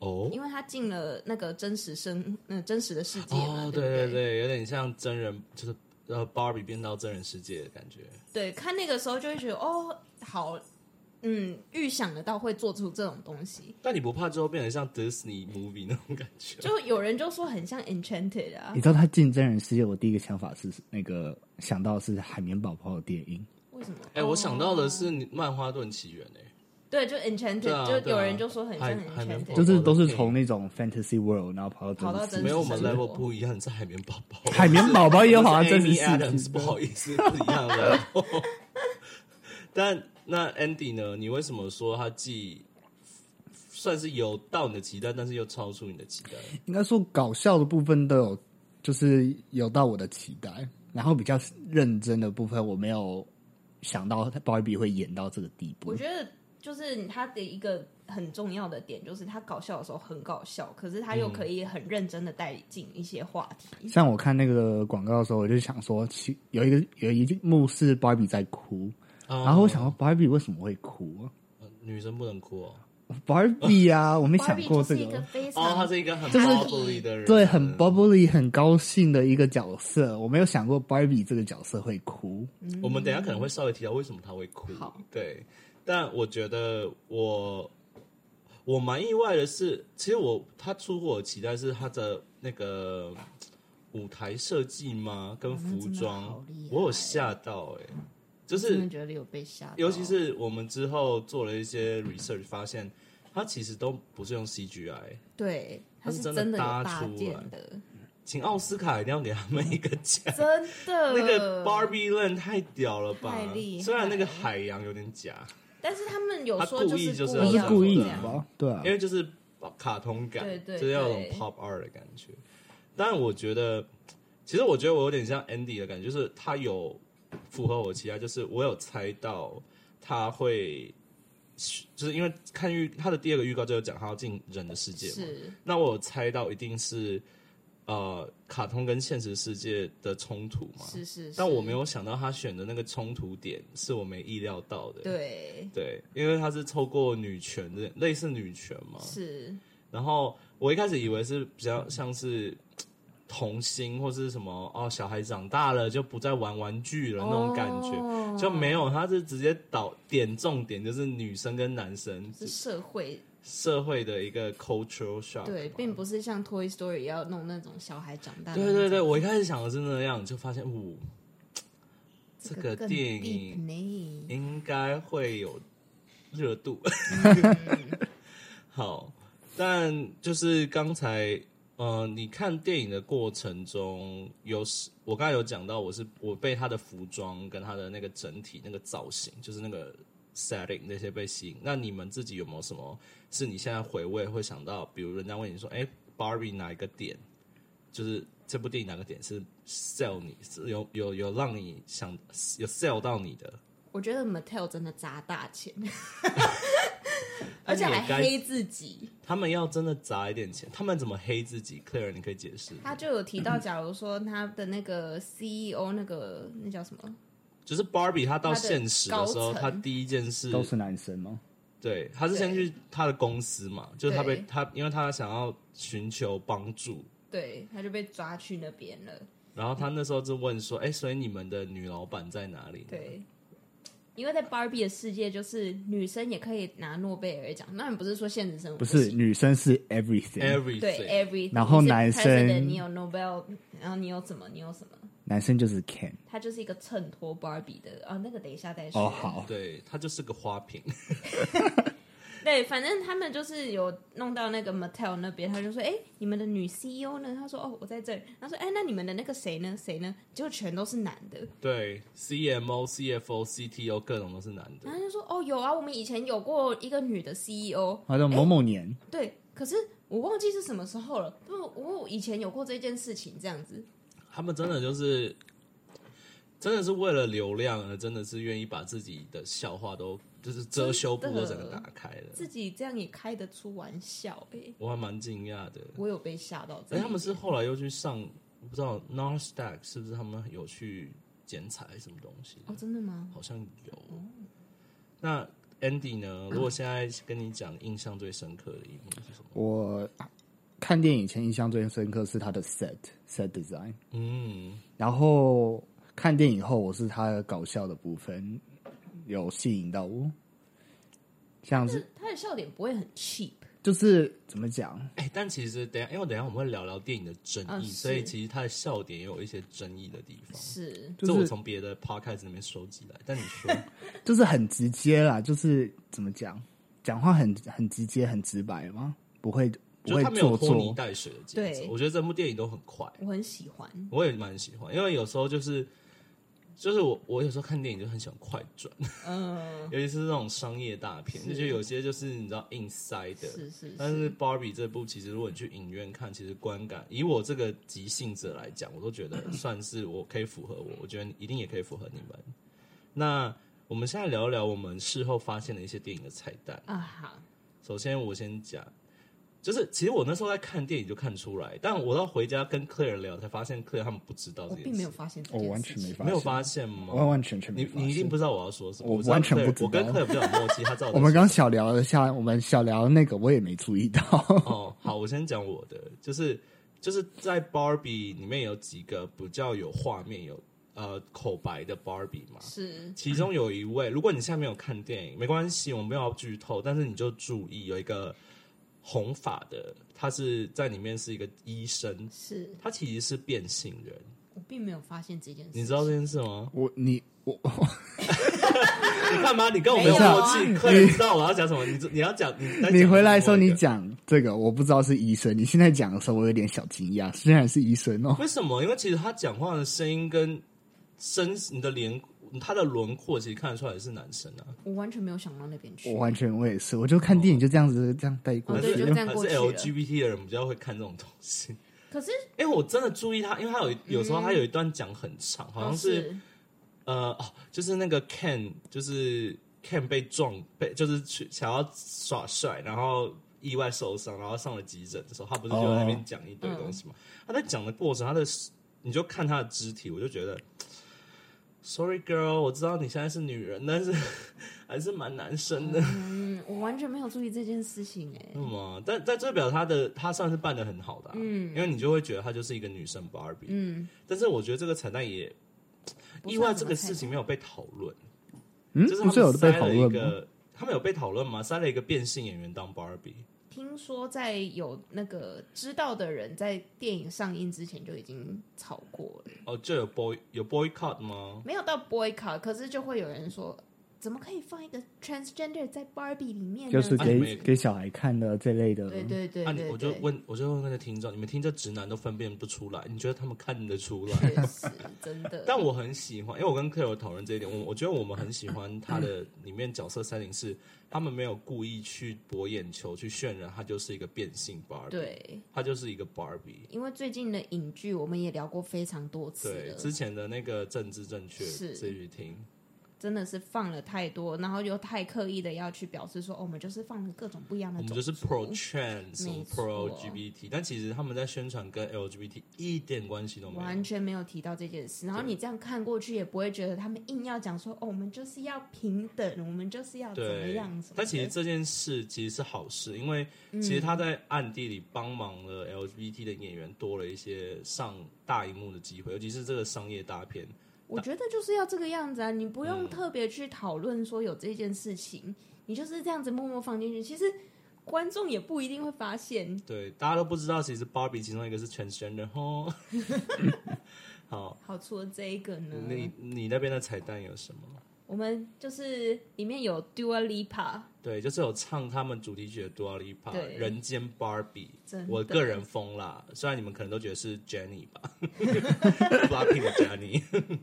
[SPEAKER 1] 哦，
[SPEAKER 2] 因为他进了那个真实生，嗯、真实的世界嘛，
[SPEAKER 1] 哦，
[SPEAKER 2] 对
[SPEAKER 1] 对对
[SPEAKER 2] 不对
[SPEAKER 1] 对，有点像真人，就是呃，Barbie 变到真人世界的感觉。
[SPEAKER 2] 对看那个时候就会觉得，哦，好，嗯，预想得到会做出这种东西，
[SPEAKER 1] 但你不怕之后变得像 Disney movie 那种感觉？
[SPEAKER 2] 就有人就说很像 Enchanted 啊
[SPEAKER 3] 你，知道他进真人世界，我第一个想法是那个想到是海绵宝宝的电影，
[SPEAKER 2] 为什么？
[SPEAKER 1] 哎、我想到的
[SPEAKER 2] 哦，
[SPEAKER 1] 是你《曼哈顿起源、欸》
[SPEAKER 2] 对，就 Enchanted，、
[SPEAKER 1] 对啊
[SPEAKER 2] 就
[SPEAKER 1] 对啊
[SPEAKER 2] 有人就说很像
[SPEAKER 1] 还还没
[SPEAKER 2] Enchanted，
[SPEAKER 1] 有
[SPEAKER 3] 就是都是从那种 fantasy world 然后跑
[SPEAKER 2] 跑
[SPEAKER 3] 到
[SPEAKER 2] 到真
[SPEAKER 3] 真
[SPEAKER 1] 没
[SPEAKER 3] 实
[SPEAKER 1] 有我
[SPEAKER 3] 世
[SPEAKER 1] 们
[SPEAKER 3] 界。
[SPEAKER 2] 世界
[SPEAKER 1] level 不一样，你是海绵宝宝。
[SPEAKER 3] 海绵宝宝也有啊好像真实
[SPEAKER 1] Amy
[SPEAKER 3] 世界
[SPEAKER 1] Adams，不好意思，不一样的。但那 Andy 呢？你为什么说他既算是有到你的期待，但是又超出你的期待？
[SPEAKER 3] 应该说搞笑的部分都有，就是有到我的期待，然后比较认真的部分我没有想到芭比会演到这个地步
[SPEAKER 2] 我。觉得就是他的一个很重要的点，就是他搞笑的时候很搞笑，可是他
[SPEAKER 3] 嗯
[SPEAKER 2] 又可以很认真的带进一些话题。
[SPEAKER 3] 像我看那个广告的时候，我就想说，其有一个有一幕是芭比在哭，然后我想说芭比为什么会哭、啊？
[SPEAKER 1] 呃，女生不能哭哦。
[SPEAKER 3] 芭比啊，我没
[SPEAKER 2] 芭
[SPEAKER 3] 想
[SPEAKER 2] 比
[SPEAKER 3] 过
[SPEAKER 2] 就
[SPEAKER 3] 这
[SPEAKER 2] 是一
[SPEAKER 3] 个
[SPEAKER 2] 个，非
[SPEAKER 1] 哦，他
[SPEAKER 2] 常
[SPEAKER 1] 是一个很
[SPEAKER 2] 就是
[SPEAKER 1] bubbly 的人，
[SPEAKER 3] 对，很 bubbly、很高兴的一个角色。我没有想过芭比这个角色会哭。
[SPEAKER 1] 我们等一下可能会稍微提到为什么他会哭
[SPEAKER 2] 好。
[SPEAKER 1] 对，但我觉得我我蛮意外的是，其实我他出乎我的期待是他的那个舞台设计吗？跟
[SPEAKER 2] 哦那
[SPEAKER 1] 服
[SPEAKER 2] 真的
[SPEAKER 1] 装，
[SPEAKER 2] 好厉害哦
[SPEAKER 1] 我有吓到哎、就是
[SPEAKER 2] 真的觉得有被吓到，
[SPEAKER 1] 尤其是我们之后做了一些 research，发现它其实都不是用 CGI。
[SPEAKER 2] 对，它
[SPEAKER 1] 它是
[SPEAKER 2] 是
[SPEAKER 1] 真的
[SPEAKER 2] 真的有
[SPEAKER 1] 搭
[SPEAKER 2] 搭
[SPEAKER 1] 出
[SPEAKER 2] 建
[SPEAKER 1] 来
[SPEAKER 2] 的，
[SPEAKER 1] 请奥斯卡一定要给他们一个奖。
[SPEAKER 2] 真的
[SPEAKER 1] 那个 Barbie Land 太屌了吧！
[SPEAKER 2] 太厉害
[SPEAKER 1] 虽然那个海洋有点假，
[SPEAKER 2] 但是他们有
[SPEAKER 1] 他
[SPEAKER 2] 说
[SPEAKER 1] 故
[SPEAKER 2] 是
[SPEAKER 1] 意就是
[SPEAKER 3] 他
[SPEAKER 1] 要
[SPEAKER 2] 故
[SPEAKER 3] 是
[SPEAKER 2] 要
[SPEAKER 3] 故意
[SPEAKER 2] 这
[SPEAKER 3] 的
[SPEAKER 2] 样
[SPEAKER 3] 吧？对啊
[SPEAKER 1] 因，为就是哦卡通感，
[SPEAKER 2] 对对
[SPEAKER 1] 就是要有种
[SPEAKER 2] 对
[SPEAKER 1] pop art 的感觉。但我觉得，其实我觉得我有点像 Andy 的感觉，就是他有符合我期待，就是我有猜到他会，就是因为看预他的第二个预告就有讲他要进人的世界嘛，
[SPEAKER 2] 是
[SPEAKER 1] 那我有猜到一定是呃，卡通跟现实世界的冲突嘛。
[SPEAKER 2] 是是，
[SPEAKER 1] 但我
[SPEAKER 2] 是
[SPEAKER 1] 没有想到他选的那个冲突点是我没意料到的。
[SPEAKER 2] 对
[SPEAKER 1] 对，因为他是透过女权的，类似女权嘛。
[SPEAKER 2] 是
[SPEAKER 1] 然后我一开始以为是比较像是童星或是什么哦，小孩长大了就不再玩玩具了那种感觉，
[SPEAKER 2] 哦
[SPEAKER 1] 就没有，他是直接导点重点，就是女生跟男生
[SPEAKER 2] 是社会
[SPEAKER 1] 社会的一个 cultural shock 嘛。
[SPEAKER 2] 对，并不是像 Toy Story 要弄那种小孩长大的
[SPEAKER 1] 嗯
[SPEAKER 2] 那
[SPEAKER 1] 对
[SPEAKER 2] 种。
[SPEAKER 1] 对对，我一开始想的是那样，就发现呜，这个
[SPEAKER 2] 更
[SPEAKER 1] 电
[SPEAKER 2] deep
[SPEAKER 1] 影
[SPEAKER 2] 呢
[SPEAKER 1] 应该会有热度。 好，但就是刚才，呃，你看电影的过程中，有时我刚才有讲到，我是我被他的服装跟他的那个整体那个造型，就是那个 setting 那些被吸引。那你们自己有没有什么是你现在回味会想到？比如人家问你说，哎、b a r b i e 哪一个点，就是这部电影哪个点是 sell 你，是有有有让你想有 sell 到你的？
[SPEAKER 2] 我觉得 Mattel 真的砸大钱，
[SPEAKER 1] 那
[SPEAKER 2] 而
[SPEAKER 1] 你
[SPEAKER 2] 且
[SPEAKER 1] 也
[SPEAKER 2] 还
[SPEAKER 1] 该
[SPEAKER 2] 黑自己。
[SPEAKER 1] 他们要真的砸一点钱，他们怎么黑自己？Claire，你可以解释吗，
[SPEAKER 2] 他就有提到，假如说他的那个 CEO 那个那叫什么？
[SPEAKER 1] 就是 Barbie 她到现实的时候，
[SPEAKER 2] 她的高
[SPEAKER 1] 她
[SPEAKER 2] 层
[SPEAKER 1] 第一件事
[SPEAKER 3] 都是男生吗？
[SPEAKER 1] 对，她是先去她的公司嘛，就是她被
[SPEAKER 2] 对
[SPEAKER 1] 她，因为她想要寻求帮助，
[SPEAKER 2] 对，他就被抓去那边了。
[SPEAKER 1] 然后她那时候就问说：“哎、所以你们的女老板在哪里？”，
[SPEAKER 2] 对，因为在 Barbie 的世界，就是女生也可以拿诺贝尔奖。当然不是说现实生活
[SPEAKER 3] 不是，女生是 everything，
[SPEAKER 1] everything，
[SPEAKER 2] 对 every。
[SPEAKER 3] 然后
[SPEAKER 2] 你是
[SPEAKER 3] 男生
[SPEAKER 2] president，你有 Nobel，然后你有什么？你有什么？
[SPEAKER 3] 男生就是 can。
[SPEAKER 2] 它就是一个衬托 Barbie 的啊、那个等一下再说。
[SPEAKER 3] 哦，好，
[SPEAKER 1] 对她就是个花瓶，
[SPEAKER 2] 对，反正他们就是有弄到那个 Mattel 那边，他就说：“哎、你们的女 CEO 呢？”他说：“哦，我在这里。”他说：“哎、那你们的那个谁呢？谁呢？”结果全都是男的。
[SPEAKER 1] 对 CMO、CFO、CTO 各种都是男的
[SPEAKER 2] 然，后他就说：“哦，有啊，我们以前有过一个女的 CEO，
[SPEAKER 3] 好的，某某年，
[SPEAKER 2] 对，可是我忘记是什么时候了。不，我以前有过这件事情，这样子。
[SPEAKER 1] 他们真的就是。真的是为了流量而真的是愿意把自己的笑话都就是遮羞布都整个打开了，
[SPEAKER 2] 自己这样也开得出玩笑、哎，
[SPEAKER 1] 我还蛮惊讶的。
[SPEAKER 2] 我有被吓到这
[SPEAKER 1] 哎、
[SPEAKER 2] 一点。
[SPEAKER 1] 他们是后来又去上，我不知道 n a r s t a c 是不是他们有去剪裁什么东西？
[SPEAKER 2] 哦，真的吗？
[SPEAKER 1] 好像有。那 Andy 呢？如果现在跟你讲印象最深刻的一幕是什么？
[SPEAKER 3] 我看电影前印象最深刻是他的 set set design，
[SPEAKER 1] 嗯，
[SPEAKER 3] 然后看电影后我是他的搞笑的部分有吸引到我，像是
[SPEAKER 2] 他的笑点不会很 cheap，
[SPEAKER 3] 就是怎么讲，
[SPEAKER 1] 哎、但其实等一下，因为等一下我们会聊聊电影的争
[SPEAKER 2] 嗯啊
[SPEAKER 1] 议，
[SPEAKER 2] 是
[SPEAKER 1] 所以其实它的笑点也有一些争议的地方。
[SPEAKER 2] 是
[SPEAKER 3] 就
[SPEAKER 1] 这我
[SPEAKER 3] 是
[SPEAKER 1] 从别的 podcast 里面收集来，但你 说
[SPEAKER 3] 就是很直接啦，就是怎么讲，讲话很很直接很直白吗？不会
[SPEAKER 1] 就
[SPEAKER 3] 不
[SPEAKER 1] 是
[SPEAKER 3] 会
[SPEAKER 1] 他没有
[SPEAKER 3] 做
[SPEAKER 1] 拖泥
[SPEAKER 3] 作，
[SPEAKER 1] 带水的节奏，
[SPEAKER 2] 对
[SPEAKER 1] 我觉得这部电影都很快。
[SPEAKER 2] 我很喜欢。
[SPEAKER 1] 我也蛮喜欢，因为有时候就是就是我我有时候看电影就很喜欢快转，嗯， 尤其是那种商业大片，
[SPEAKER 2] 是
[SPEAKER 1] 就有些就是你知道硬塞的。
[SPEAKER 2] 是是
[SPEAKER 1] 但
[SPEAKER 2] 是
[SPEAKER 1] 是 Barbie 这部，其实如果你去影院看，其实观感以我这个急性子来讲，我都觉 得算是我可以符合我，我觉得你一定也可以符合你们。那我们现在聊一聊我们事后发现的一些电影的彩蛋。
[SPEAKER 2] 啊，好，
[SPEAKER 1] 首先我先讲，就是其实我那时候在看电影就看出来，但我到回家跟 Claire 聊才发现，Claire 他们不知道
[SPEAKER 2] 我
[SPEAKER 1] 这件
[SPEAKER 2] 并
[SPEAKER 1] 事，
[SPEAKER 2] 没有发现这
[SPEAKER 3] 哦我
[SPEAKER 2] 件
[SPEAKER 3] 完
[SPEAKER 2] 事
[SPEAKER 3] 全
[SPEAKER 2] 情
[SPEAKER 3] 没发现，
[SPEAKER 1] 没有发现吗？
[SPEAKER 3] 完完全全没
[SPEAKER 1] 你
[SPEAKER 3] 发现。
[SPEAKER 1] 你一定不知道我要说什么，
[SPEAKER 3] 我
[SPEAKER 1] 知道
[SPEAKER 3] 完全不
[SPEAKER 1] Claire-
[SPEAKER 3] 知道
[SPEAKER 1] 我跟 Claire 比较有默契，他知道
[SPEAKER 3] 我们刚
[SPEAKER 1] 在说
[SPEAKER 3] 小聊了一下，我们小聊那个我也没注意到，
[SPEAKER 1] 什么哦，好，我先讲我的，就是就是在 Barbie 里面有几个比较有画面有呃口白的 Barbie 嘛，
[SPEAKER 2] 是
[SPEAKER 1] 其中有一位，如果你现在没有看电影，没关系，我们没有要剧透，但是你就注意有一个红发的，他是在里面是一个医生，
[SPEAKER 2] 是
[SPEAKER 1] 他其实是变性人，
[SPEAKER 2] 我并没有发现这件事。
[SPEAKER 1] 你知道这件事吗？
[SPEAKER 3] 我你我
[SPEAKER 1] 你看嘛，你跟我没有
[SPEAKER 2] 没有
[SPEAKER 1] 默
[SPEAKER 2] 啊
[SPEAKER 1] 契，客人知道我要讲什么，你你要讲，你再讲
[SPEAKER 3] 你回来的时候
[SPEAKER 1] 另外一
[SPEAKER 3] 你
[SPEAKER 1] 个
[SPEAKER 3] 讲这个，我不知道是医生。你现在讲的时候，我有点小惊讶，虽然是医生 哦。
[SPEAKER 1] 为什么？因为其实他讲话的声音跟身你的脸，他的轮廓其实看得出来是男生啊，
[SPEAKER 2] 我完全没有想到那边去
[SPEAKER 3] 我。完全我也是，我就看电影就这样子这样带过
[SPEAKER 2] 哦
[SPEAKER 1] 还
[SPEAKER 2] 对
[SPEAKER 1] 是
[SPEAKER 2] 就
[SPEAKER 3] 去
[SPEAKER 2] 这。样
[SPEAKER 1] 还
[SPEAKER 2] 过
[SPEAKER 1] 是
[SPEAKER 2] 去了
[SPEAKER 1] LGBT 的人比较会看这种东西。
[SPEAKER 2] 可是
[SPEAKER 1] 因为我真的注意他，因为他有有时候他有一段讲很
[SPEAKER 2] 哦
[SPEAKER 1] 长，好像是、呃哦，就是那个 Ken，就是 Ken 被撞，被就是去想要耍帅，然后意外受伤，然后上了急诊的时候，他不是就在那边讲一堆东西吗？他在讲的过程，他的你就看他的肢体，我就觉得。Sorry, girl，我知道你现在是女人，但是 还是蛮男生的。
[SPEAKER 2] 嗯，我完全没有注意这件事情哎、
[SPEAKER 1] 嗯嘛，但但这表他的他算是办的很好的、嗯，因为你就会觉得他就是一个女生 Barbie，嗯，但是我觉得这个彩蛋也
[SPEAKER 2] 不算
[SPEAKER 1] 意外，
[SPEAKER 2] 什么
[SPEAKER 1] 这个
[SPEAKER 2] 彩
[SPEAKER 1] 事
[SPEAKER 2] 蛋
[SPEAKER 1] 情没有被讨论，
[SPEAKER 3] 嗯
[SPEAKER 1] 就是，他
[SPEAKER 3] 不
[SPEAKER 1] 们
[SPEAKER 3] 是有被
[SPEAKER 1] 塞
[SPEAKER 3] 讨
[SPEAKER 1] 了一
[SPEAKER 3] 论吗？
[SPEAKER 1] 个，他们有被讨论吗？塞了一个变性演员当 Barbie，
[SPEAKER 2] 听说在有那个知道的人在电影上映之前就已经炒过了，
[SPEAKER 1] 哦，就有 boy 有 boycott 吗？
[SPEAKER 2] 没有到 boycott，可是就会有人说，怎么可以放一个 transgender 在 Barbie 里面呢？
[SPEAKER 3] 嗯就是
[SPEAKER 1] 啊你们
[SPEAKER 3] 给
[SPEAKER 1] 也
[SPEAKER 3] 给小孩看的这类的，嗯
[SPEAKER 2] 对对对
[SPEAKER 1] 啊，
[SPEAKER 2] 对
[SPEAKER 1] 你
[SPEAKER 2] 对，
[SPEAKER 1] 我就问，我就问那个听众，你们听这直男都分辨不出来，你觉得他们看得出来？
[SPEAKER 2] 确实真的，
[SPEAKER 1] 但我很喜欢，因为我跟 Clare 讨论这一点，我我觉得我们很喜欢他的里面角色三零是，他们没有故意去博眼球去渲染，他就是一个变性 Barbie，
[SPEAKER 2] 对，
[SPEAKER 1] 他就是一个 Barbie。
[SPEAKER 2] 因为最近的影剧我们也聊过非常多次
[SPEAKER 1] 对，
[SPEAKER 2] 了，
[SPEAKER 1] 之前的那个政治正确
[SPEAKER 2] 是
[SPEAKER 1] 自己去听，
[SPEAKER 2] 真的是放了太多，然后又太刻意的要去表示说，哦我们就是放了各种不一样的
[SPEAKER 1] 我
[SPEAKER 2] 种
[SPEAKER 1] 们
[SPEAKER 2] 族，
[SPEAKER 1] 就是 pro trans、
[SPEAKER 2] 没错
[SPEAKER 1] pro LGBT，但其实他们在宣传跟 LGBT 一点关系都没有
[SPEAKER 2] 完。全没有提到这件事。然后
[SPEAKER 1] 对
[SPEAKER 2] 你这样看过去，也不会觉得他们硬要讲说，哦，我们就是要平等，我们就是要怎么
[SPEAKER 1] 对
[SPEAKER 2] 样嗯什么的。
[SPEAKER 1] 但其实这件事其实是好事，因为其实他在暗地里帮忙了 LGBT 的演员多了一些上大荧幕的机会，尤其是这个商业大片。
[SPEAKER 2] 我觉得就是要这个样子啊，你不用特别去讨论说有这件事情，
[SPEAKER 1] 嗯
[SPEAKER 2] 你就是这样子默默放进去，其实观众也不一定会发现。
[SPEAKER 1] 对，大家都不知道，其实 Barbie 其中一个是 transgender 吼。好，
[SPEAKER 2] 好，除了这一个呢，
[SPEAKER 1] 你你那边的彩蛋有什么？
[SPEAKER 2] 我们就是里面有 Dua Lipa，
[SPEAKER 1] 对，就是有唱他们主题曲的 Dua Lipa，
[SPEAKER 2] 对
[SPEAKER 1] 《人间 Barbie
[SPEAKER 2] 真》，的
[SPEAKER 1] 我个人疯啦。虽然你们可能都觉得是 Jenny 吧，Blackpink 的 Jenny。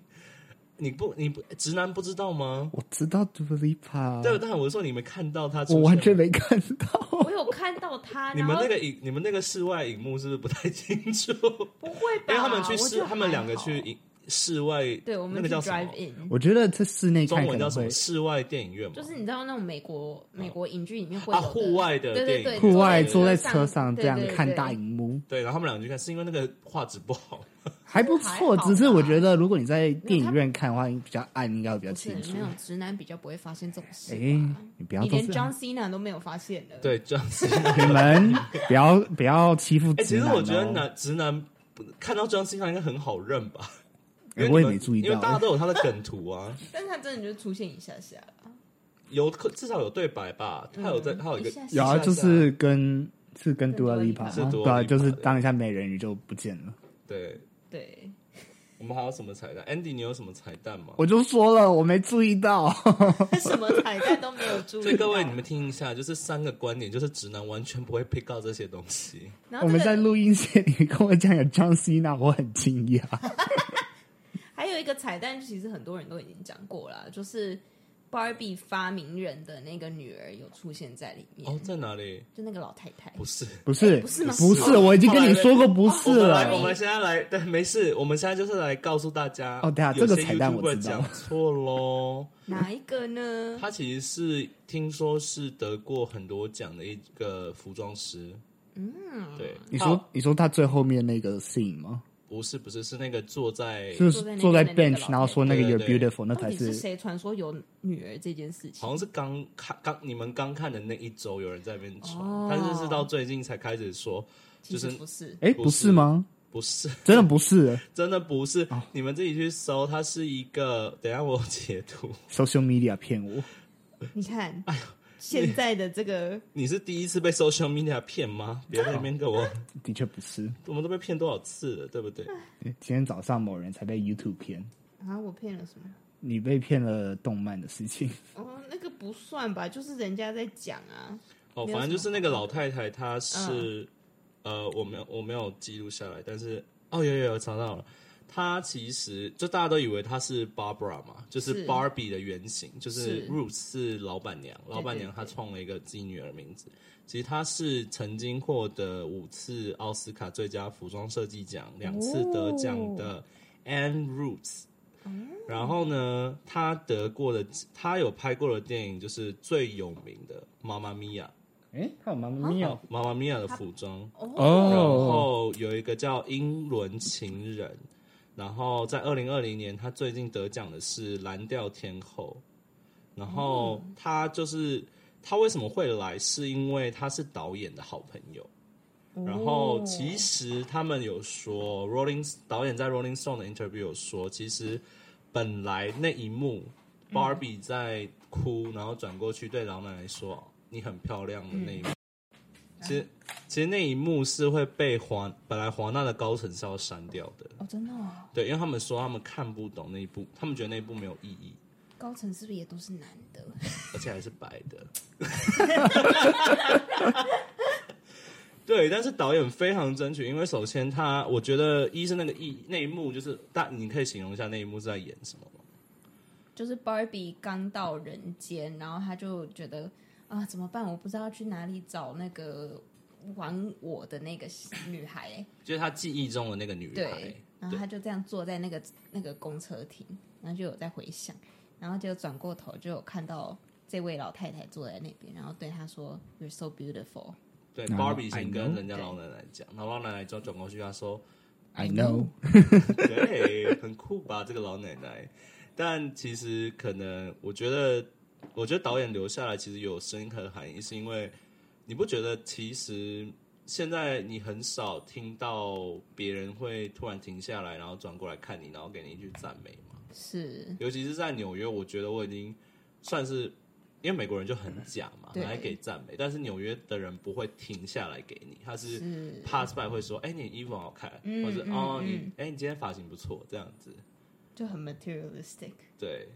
[SPEAKER 1] 你 不你不直男不知道吗？
[SPEAKER 3] 我知道 d u l i p
[SPEAKER 1] 对，
[SPEAKER 3] a
[SPEAKER 1] 但我说你们看到他出现吗，
[SPEAKER 3] 我完全没看到。
[SPEAKER 2] 我有看到他，
[SPEAKER 1] 你
[SPEAKER 2] 然
[SPEAKER 1] 们
[SPEAKER 2] 后
[SPEAKER 1] 那个影，你们那个室外荧幕是不是不太清 楚？
[SPEAKER 2] 不会
[SPEAKER 1] 因
[SPEAKER 2] 吧？
[SPEAKER 1] 为他们去
[SPEAKER 2] 啊我觉
[SPEAKER 1] 室，
[SPEAKER 2] 得
[SPEAKER 1] 他们
[SPEAKER 2] 还
[SPEAKER 1] 两个
[SPEAKER 2] 好
[SPEAKER 1] 去，影室外，
[SPEAKER 2] 对我们
[SPEAKER 1] 那个
[SPEAKER 2] 去
[SPEAKER 1] 叫什
[SPEAKER 2] drive
[SPEAKER 1] 么？
[SPEAKER 2] in，
[SPEAKER 3] 我觉得在室内看
[SPEAKER 1] 中
[SPEAKER 3] 可
[SPEAKER 1] 文叫
[SPEAKER 3] 能
[SPEAKER 1] 什
[SPEAKER 3] 会
[SPEAKER 1] 么？室外电影院嘛，
[SPEAKER 2] 就是你知道那种美国美国影剧里面会
[SPEAKER 1] 嗯啊，
[SPEAKER 2] 有的
[SPEAKER 1] 户外的电
[SPEAKER 2] 对对
[SPEAKER 1] 影
[SPEAKER 2] 对
[SPEAKER 1] 院，
[SPEAKER 3] 户外
[SPEAKER 2] 坐
[SPEAKER 3] 坐
[SPEAKER 2] 在
[SPEAKER 3] 在
[SPEAKER 2] 车
[SPEAKER 3] 车
[SPEAKER 2] 上
[SPEAKER 3] 上
[SPEAKER 2] 对
[SPEAKER 3] 这样
[SPEAKER 2] 对
[SPEAKER 3] 看
[SPEAKER 2] 对
[SPEAKER 3] 大荧幕
[SPEAKER 1] 对，然后他们两个去看，是因为那个画质不好，
[SPEAKER 3] 还不
[SPEAKER 2] 还
[SPEAKER 3] 错，
[SPEAKER 2] 好
[SPEAKER 3] 只是
[SPEAKER 2] 吧
[SPEAKER 3] 我觉得如果你在电
[SPEAKER 2] 它
[SPEAKER 3] 影院看的话，比较暗，应该会比较
[SPEAKER 2] 不是
[SPEAKER 3] 清楚
[SPEAKER 2] 没。有直男比较不会发现这种事
[SPEAKER 3] 哎
[SPEAKER 2] 吧。，
[SPEAKER 3] 你不要
[SPEAKER 2] 你
[SPEAKER 3] 都
[SPEAKER 2] 连
[SPEAKER 3] 是
[SPEAKER 2] John Cena 都没有发现的，，
[SPEAKER 1] 对，这样子。
[SPEAKER 3] 你们不要不要欺负
[SPEAKER 1] 哎、其
[SPEAKER 3] 直
[SPEAKER 1] 实
[SPEAKER 3] 男
[SPEAKER 1] 我觉得
[SPEAKER 3] 哦
[SPEAKER 1] 男直男不看到 John Cena 应该很好认吧，因
[SPEAKER 3] 哎
[SPEAKER 1] 为
[SPEAKER 3] 我
[SPEAKER 1] 你
[SPEAKER 3] 也
[SPEAKER 1] 们
[SPEAKER 3] 没注意
[SPEAKER 1] 因为
[SPEAKER 3] 到
[SPEAKER 1] 大家
[SPEAKER 3] 哎
[SPEAKER 1] 都有他的梗图啊，
[SPEAKER 2] 但是他真的就出现一下下了，
[SPEAKER 1] 有至少有对白吧，他有在，他有一个
[SPEAKER 2] 嗯一下
[SPEAKER 3] 有啊，
[SPEAKER 1] 一下下
[SPEAKER 3] 就是跟是跟
[SPEAKER 2] 跟
[SPEAKER 3] Dua
[SPEAKER 2] Dua
[SPEAKER 3] Lipa
[SPEAKER 2] Lipa
[SPEAKER 1] 是 Dua
[SPEAKER 3] 对啊，
[SPEAKER 1] Lipa
[SPEAKER 3] 就是
[SPEAKER 1] 的
[SPEAKER 3] 当一下美人鱼就不见了。
[SPEAKER 1] 对。
[SPEAKER 2] 对，
[SPEAKER 1] 我们还有什么彩蛋？Andy，你有什么彩蛋吗？
[SPEAKER 3] 我就说了，我没注意 到。
[SPEAKER 2] 什么彩蛋都没有注
[SPEAKER 1] 所
[SPEAKER 2] 意
[SPEAKER 1] 以
[SPEAKER 2] 到。
[SPEAKER 1] 各位，你们听一下，就是三个观点，就是直男完全不会 pick out 这些东西。
[SPEAKER 2] 然后
[SPEAKER 3] 我
[SPEAKER 2] 这
[SPEAKER 3] 们
[SPEAKER 2] 个
[SPEAKER 3] 在录音室里跟我讲有 John Cena，我很惊讶。
[SPEAKER 2] 还有一个彩蛋，其实很多人都已经讲过了，就是 Barbie 发明人的那个女儿有出现在里面，
[SPEAKER 1] 哦，在哪里？
[SPEAKER 2] 就那个老太太。
[SPEAKER 1] 哎不是。
[SPEAKER 3] 不是，
[SPEAKER 2] 不是吗
[SPEAKER 3] 不
[SPEAKER 2] 是
[SPEAKER 3] 是，
[SPEAKER 2] 吗
[SPEAKER 3] 我已经跟你说过不
[SPEAKER 1] 我
[SPEAKER 3] 是啊
[SPEAKER 1] 们来，
[SPEAKER 3] 了
[SPEAKER 1] 我。们现在来，对，没事，我们现在就是来告诉大家。
[SPEAKER 3] 哦对啊
[SPEAKER 1] 有些
[SPEAKER 3] 这个彩蛋我
[SPEAKER 1] YouTuber
[SPEAKER 3] 知道
[SPEAKER 1] 讲错喽。
[SPEAKER 2] 哪一个呢？
[SPEAKER 1] 他其实是听说是得过很多奖的一个服装师。嗯，对，
[SPEAKER 3] 你
[SPEAKER 1] 他
[SPEAKER 3] 说，你说他最后面那个 scene 吗？
[SPEAKER 1] 不是不是是那个坐在，
[SPEAKER 3] 就是
[SPEAKER 2] 坐
[SPEAKER 3] 坐
[SPEAKER 2] 在
[SPEAKER 3] 在
[SPEAKER 2] 那边的那个
[SPEAKER 3] bench，然后说那个
[SPEAKER 1] 老太
[SPEAKER 3] You're
[SPEAKER 1] 太
[SPEAKER 3] beautiful，那
[SPEAKER 2] 到
[SPEAKER 3] 才
[SPEAKER 2] 底是
[SPEAKER 3] 是。
[SPEAKER 2] 谁传说有女儿这件事情？
[SPEAKER 1] 好像是刚看刚你们刚看的那一周有人在那边传，
[SPEAKER 2] 哦
[SPEAKER 1] 但是是到最近才开始说，
[SPEAKER 2] 其
[SPEAKER 1] 就
[SPEAKER 2] 实
[SPEAKER 1] 是
[SPEAKER 2] 不是，
[SPEAKER 3] 哎，
[SPEAKER 1] 不
[SPEAKER 3] 不
[SPEAKER 1] 是
[SPEAKER 3] 是吗？
[SPEAKER 1] 不是
[SPEAKER 3] 真的不是
[SPEAKER 1] 真的不是，你们自己去搜，它是一个，等一下我有截图，
[SPEAKER 3] ，social media 骗我。
[SPEAKER 1] 哎
[SPEAKER 2] 你看，现在的这个
[SPEAKER 1] 你是第一次被 social media 骗吗？别在那边跟我，
[SPEAKER 3] 的确不是。
[SPEAKER 1] 我们都被骗多少次了，对不对？
[SPEAKER 3] 今天早上某人才被 YouTube 骗，
[SPEAKER 2] 啊，我骗了什么？
[SPEAKER 3] 你被骗了动漫的事 情，
[SPEAKER 2] 哦，那个不算吧，就是人家在讲啊。
[SPEAKER 1] 哦，
[SPEAKER 2] 没有
[SPEAKER 1] 反正就
[SPEAKER 2] 什
[SPEAKER 1] 是那个老太太，
[SPEAKER 2] 嗯
[SPEAKER 1] 她是、呃，我没有我没有记录下来，但是哦，有有有查到了，她其实就大家都以为她是 Barbara 嘛，就是
[SPEAKER 2] 是
[SPEAKER 1] Barbie 的原型，就是
[SPEAKER 2] 是
[SPEAKER 1] Ruth 是老板娘，老板娘她
[SPEAKER 2] 对
[SPEAKER 1] 创了一个自己女儿名字，其实她是曾经获得五次奥斯卡最佳服装设计奖，两次
[SPEAKER 2] 哦
[SPEAKER 1] 得奖的 Anne Ruth。然后呢，她得过的，她有拍过的电影就是最有名的《妈妈咪呀》，
[SPEAKER 3] 哎，他有妈妈咪哦，
[SPEAKER 1] 妈妈咪呀的服装，
[SPEAKER 3] 哦
[SPEAKER 1] 然后有一个叫《英伦情人》，然后在二零二零年，他最近得奖的是蓝调天后，然后他就是他为什么会来，是因为他是导演的好朋友。
[SPEAKER 2] 哦
[SPEAKER 1] 然后其实他们有说，Rolling 导演在 Rolling Stone 的 interview 有说，其实本来那一幕，Barbie 在哭，然后转过去对老奶奶说：“你很漂亮的那一幕。其实，其实那一幕是会被华本来华纳的高层是要删掉的，
[SPEAKER 2] 哦，真的、哦，
[SPEAKER 1] 对，因为他们说他们看不懂那一部，他们觉得那一部没有意义，
[SPEAKER 2] 高层是不是也都是男的？
[SPEAKER 1] 而且还是白的。 对，但是导演非常争取，因为首先他，我觉得医生那个意那一幕就是大，你可以形容一下那一幕是在演什么吗？
[SPEAKER 2] 就是 Barbie 刚到人间，然后他就觉得啊，怎么办？我不知道去哪里找那个玩我的那个女孩、
[SPEAKER 1] 就是他记忆中的那个女孩
[SPEAKER 2] 对，，然后他就这样坐在那个那个公车亭，然后就有在回想，然后就转过头就有看到这位老太太坐在那边，然后对她说：“You're so beautiful。
[SPEAKER 1] 对
[SPEAKER 3] 然后
[SPEAKER 1] ，Barbie 先
[SPEAKER 3] I know
[SPEAKER 1] 跟人家老奶奶讲，然后老奶奶就转过去，她说：“
[SPEAKER 3] I know，
[SPEAKER 1] 对，很酷吧？这个老奶奶。但其实可能，我觉得，我觉得导演留下来其实有深刻的含义，是因为你不觉得其实现在你很少听到别人会突然停下来，然后转过来看你，然后给你一句赞美嘛？”
[SPEAKER 2] 是，
[SPEAKER 1] 尤其是在纽约，我觉得我已经算是，因为美国人就很假嘛，
[SPEAKER 2] 对
[SPEAKER 1] 拿来给赞美，但是纽约的人不会停下来给你，他是
[SPEAKER 2] 是
[SPEAKER 1] pass by 会说，哎、你衣服很好看，
[SPEAKER 2] 嗯
[SPEAKER 1] 或者
[SPEAKER 2] 嗯
[SPEAKER 1] 哦，
[SPEAKER 2] 嗯
[SPEAKER 1] 你哎、你今天发型不错，这样子，
[SPEAKER 2] 就很 materialistic，
[SPEAKER 1] 对。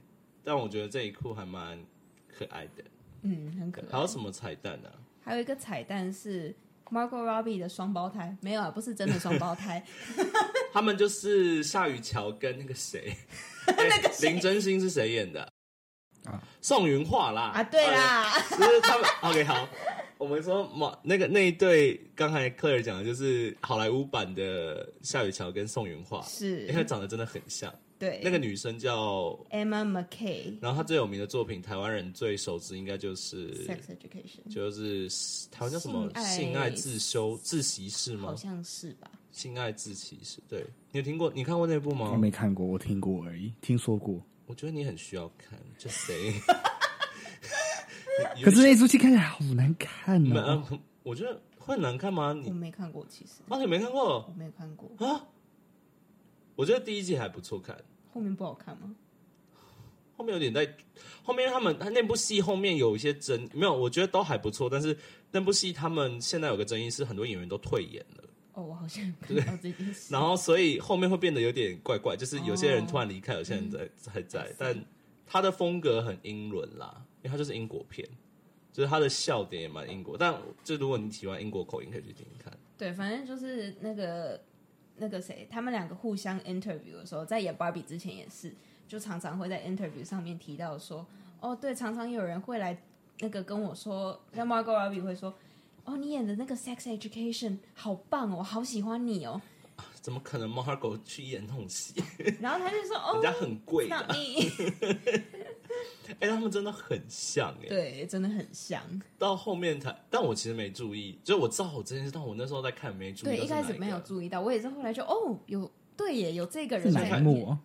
[SPEAKER 1] 但我觉得这一酷还蛮可爱的。
[SPEAKER 2] 嗯，很可爱。
[SPEAKER 1] 还有什么彩蛋呢、
[SPEAKER 2] 还有一个彩蛋是 Margot Robbie 的双胞胎，没有啊，不是真的双 胞胎，
[SPEAKER 1] 他们就是夏雨乔跟那个 谁，那个林真心是谁演的？
[SPEAKER 3] 啊
[SPEAKER 1] 宋云画啦哎
[SPEAKER 2] 啊，对啦，
[SPEAKER 1] 就是他们 OK 好，我们说马那个那一对，刚才 Claire 讲的就是好莱坞版的夏雨乔跟宋云画，因 为
[SPEAKER 2] 是，
[SPEAKER 1] 长得真的很像。
[SPEAKER 2] 对，
[SPEAKER 1] 那个女生叫，
[SPEAKER 2] Emma McKay
[SPEAKER 1] 然后她最有名的作品，台湾人最熟知应该就是。
[SPEAKER 2] Sex Education，
[SPEAKER 1] 就是台湾叫什么
[SPEAKER 2] 性爱
[SPEAKER 1] 性爱自修自习室
[SPEAKER 2] 好
[SPEAKER 1] 吗？
[SPEAKER 2] 像是吧？
[SPEAKER 1] 性爱自习室，对你有听过？你看过那部吗？
[SPEAKER 3] 我没看过，我听过而已，听说过。
[SPEAKER 1] 我觉得你很需要看，就谁？
[SPEAKER 3] 可是那出戏看起来好难 看
[SPEAKER 1] 你们
[SPEAKER 3] 哦，
[SPEAKER 1] 呃我觉得会很难看吗？
[SPEAKER 2] 我
[SPEAKER 1] 你
[SPEAKER 2] 没看过，其实
[SPEAKER 1] 啊，你没看过？
[SPEAKER 2] 我没有看过，
[SPEAKER 1] 啊，我觉得第一季还不错看，
[SPEAKER 2] 后面不好看吗？
[SPEAKER 1] 后面有点在后面他们他那部戏后面有一些争，没有，我觉得都还不错，但是那部戏他们现在有个争议是很多演员都退演了，
[SPEAKER 2] 哦，我好像有看到这件事。
[SPEAKER 1] 然后所以后面会变得有点怪怪，就是有些人突然离开，有些人在还在，但他的风格很英伦啦，因为他就是英国片。就是他的笑点也蛮英国，但就如果你喜欢英国口音，可以去听听看。
[SPEAKER 2] 对，反正就是那个那个谁，他们两个互相 interview 的时候，在演 Barbie 之前也是，就常常会在 interview 上面提到说，哦，对，常常有人会来那个跟我说，像 Margot Robbie 会说，哦，你演的那个 Sex Education 好棒哦，我好喜欢你哦，
[SPEAKER 1] 怎么可能 Margot 去演那种戏？
[SPEAKER 2] 然后他就说，哦
[SPEAKER 1] 人，家很贵的，
[SPEAKER 2] 那你
[SPEAKER 1] 哎、他们真的很像哎、
[SPEAKER 2] 对，真的很像，
[SPEAKER 1] 到后面才，但我其实没注意，就我知道我这件事，但我那时候在看没注意。
[SPEAKER 2] 对，一开始没有注意到，我也是后来就哦，有对耶，有这个人
[SPEAKER 3] 哪
[SPEAKER 2] 在
[SPEAKER 3] 一
[SPEAKER 2] 演。
[SPEAKER 3] 幕哦？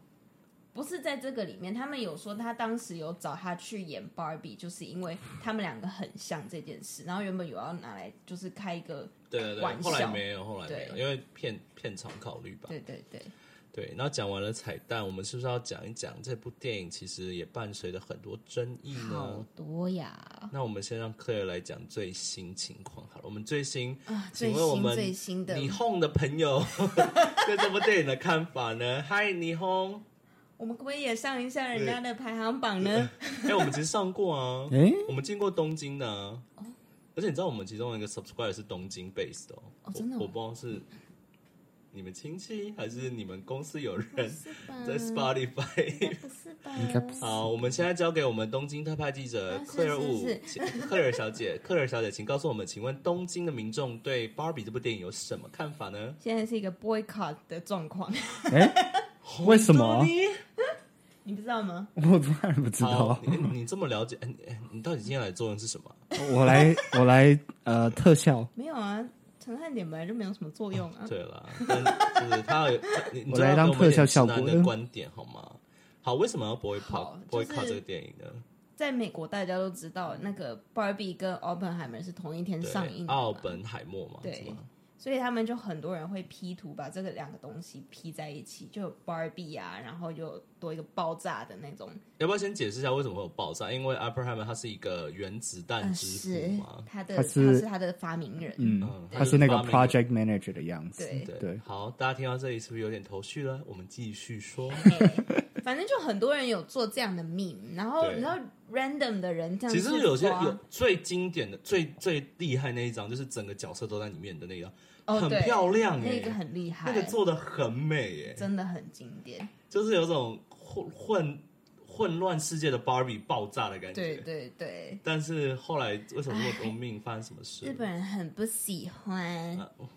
[SPEAKER 2] 不是在这个里面，他们有说他当时有找他去演 Barbie，就是因为他们两个很像这件事。然后原本有要拿来就是开一个，
[SPEAKER 1] 对对对，
[SPEAKER 2] 玩笑
[SPEAKER 1] 后来没有，后来没有，
[SPEAKER 2] 对
[SPEAKER 1] 因为片片场考虑吧。
[SPEAKER 2] 对对对，
[SPEAKER 1] 对，那讲完了彩蛋，我们是不是要讲一讲这部电影其实也伴随着很多争议
[SPEAKER 2] 好
[SPEAKER 1] 呢？
[SPEAKER 2] 多呀
[SPEAKER 1] 那我们先让 Claire 来讲最新情况好了。我们最新，
[SPEAKER 2] 啊！
[SPEAKER 1] 请
[SPEAKER 2] 最
[SPEAKER 1] 问我
[SPEAKER 2] 新
[SPEAKER 1] 们
[SPEAKER 2] 最新的，
[SPEAKER 1] 霓虹的朋友 对这部电影的看法呢？嗨，霓虹，
[SPEAKER 2] 我们可不可以也上一下人家的排行榜呢？
[SPEAKER 1] 哎、我们其实上过啊，
[SPEAKER 3] 诶
[SPEAKER 1] 我们进过东京的、啊，
[SPEAKER 2] 哦
[SPEAKER 1] 而且你知道我们其中一个 subscriber 是东京 base 的哦，
[SPEAKER 2] 哦真的
[SPEAKER 1] 我，
[SPEAKER 2] 哦
[SPEAKER 1] 我不知道是你们亲戚还是你们公司有
[SPEAKER 2] 不
[SPEAKER 1] 人
[SPEAKER 2] 是啊吧？
[SPEAKER 1] 在 Spotify
[SPEAKER 2] 应该不是吧？
[SPEAKER 3] 应该不是
[SPEAKER 1] 好，我们现在交给我们东京特派记者
[SPEAKER 2] 啊是
[SPEAKER 1] 克尔
[SPEAKER 2] 是
[SPEAKER 1] 五
[SPEAKER 2] 是，
[SPEAKER 1] 请克尔小姐，克尔小姐，请告诉我们，请问东京的民众对《芭比》这部电影有什么看法呢？
[SPEAKER 2] 现在是一个 boycott 的状况，
[SPEAKER 1] 啊
[SPEAKER 3] 哎，为什
[SPEAKER 1] 红
[SPEAKER 3] 么
[SPEAKER 1] 豆泥
[SPEAKER 2] 你不知道吗？
[SPEAKER 3] 我突然不知道
[SPEAKER 1] 好，，你你这么了解，哎你哎你到底今天来的作用是什么？
[SPEAKER 3] 我来我来呃特效，
[SPEAKER 2] 没有啊，陈汉典本来就没有什么作用啊。
[SPEAKER 1] 对了，但就是他有，你你
[SPEAKER 3] 我
[SPEAKER 1] 知道
[SPEAKER 3] 来当
[SPEAKER 1] 给我们一点
[SPEAKER 3] 特效效
[SPEAKER 1] 直男
[SPEAKER 3] 果
[SPEAKER 1] 的
[SPEAKER 3] 的
[SPEAKER 1] 观点好吗？好，为什么要 boycott
[SPEAKER 2] 好就是
[SPEAKER 1] boycott 这个电影呢？
[SPEAKER 2] 在美国，大家都知道那个 Barbie 跟 Oppenheimer 是同一天上
[SPEAKER 1] 对，
[SPEAKER 2] 映的
[SPEAKER 1] 奥
[SPEAKER 2] 嘛，
[SPEAKER 1] 本海默嘛，
[SPEAKER 2] 对
[SPEAKER 1] 是吗？
[SPEAKER 2] 所以他们就很多人会 P 图，把这个两个东西 P 在一起，就有 Barbie 啊，然后就多一个爆炸的那种。
[SPEAKER 1] 要不要先解释一下为什么会有爆炸？因为 Oppenheimer 他是一个原子弹
[SPEAKER 2] 嗯，
[SPEAKER 1] 之
[SPEAKER 2] 是
[SPEAKER 1] 父嘛，
[SPEAKER 2] 他的，
[SPEAKER 3] 他
[SPEAKER 2] 他
[SPEAKER 3] 是
[SPEAKER 2] 是他的发明人。
[SPEAKER 3] 嗯
[SPEAKER 1] 嗯，
[SPEAKER 3] 他是那个
[SPEAKER 1] 他是发明
[SPEAKER 3] project manager 的样子，
[SPEAKER 2] 对
[SPEAKER 1] 对，
[SPEAKER 3] 对
[SPEAKER 1] 好，大家听到这里是不是有点头绪了？我们继续说。
[SPEAKER 2] 对反正就很多人有做这样的 meme，然后
[SPEAKER 1] 对
[SPEAKER 2] 你知道 random 的人这样
[SPEAKER 1] 其
[SPEAKER 2] 去
[SPEAKER 1] 实
[SPEAKER 2] 抓，
[SPEAKER 1] 有些有最经典的、最最厉害那一张，就是整个角色都在里面的那一张，
[SPEAKER 2] 哦
[SPEAKER 1] 很
[SPEAKER 2] 对
[SPEAKER 1] 漂亮哎、
[SPEAKER 2] 那个很厉害，
[SPEAKER 1] 那个做的很美哎、
[SPEAKER 2] 真的很经典。
[SPEAKER 1] 就是有种混混混乱世界的 Barbie 爆炸的感觉。
[SPEAKER 2] 对对对，
[SPEAKER 1] 但是后来为什么那么多命？发生什么事？
[SPEAKER 2] 日本人很不喜欢，
[SPEAKER 1] 啊哦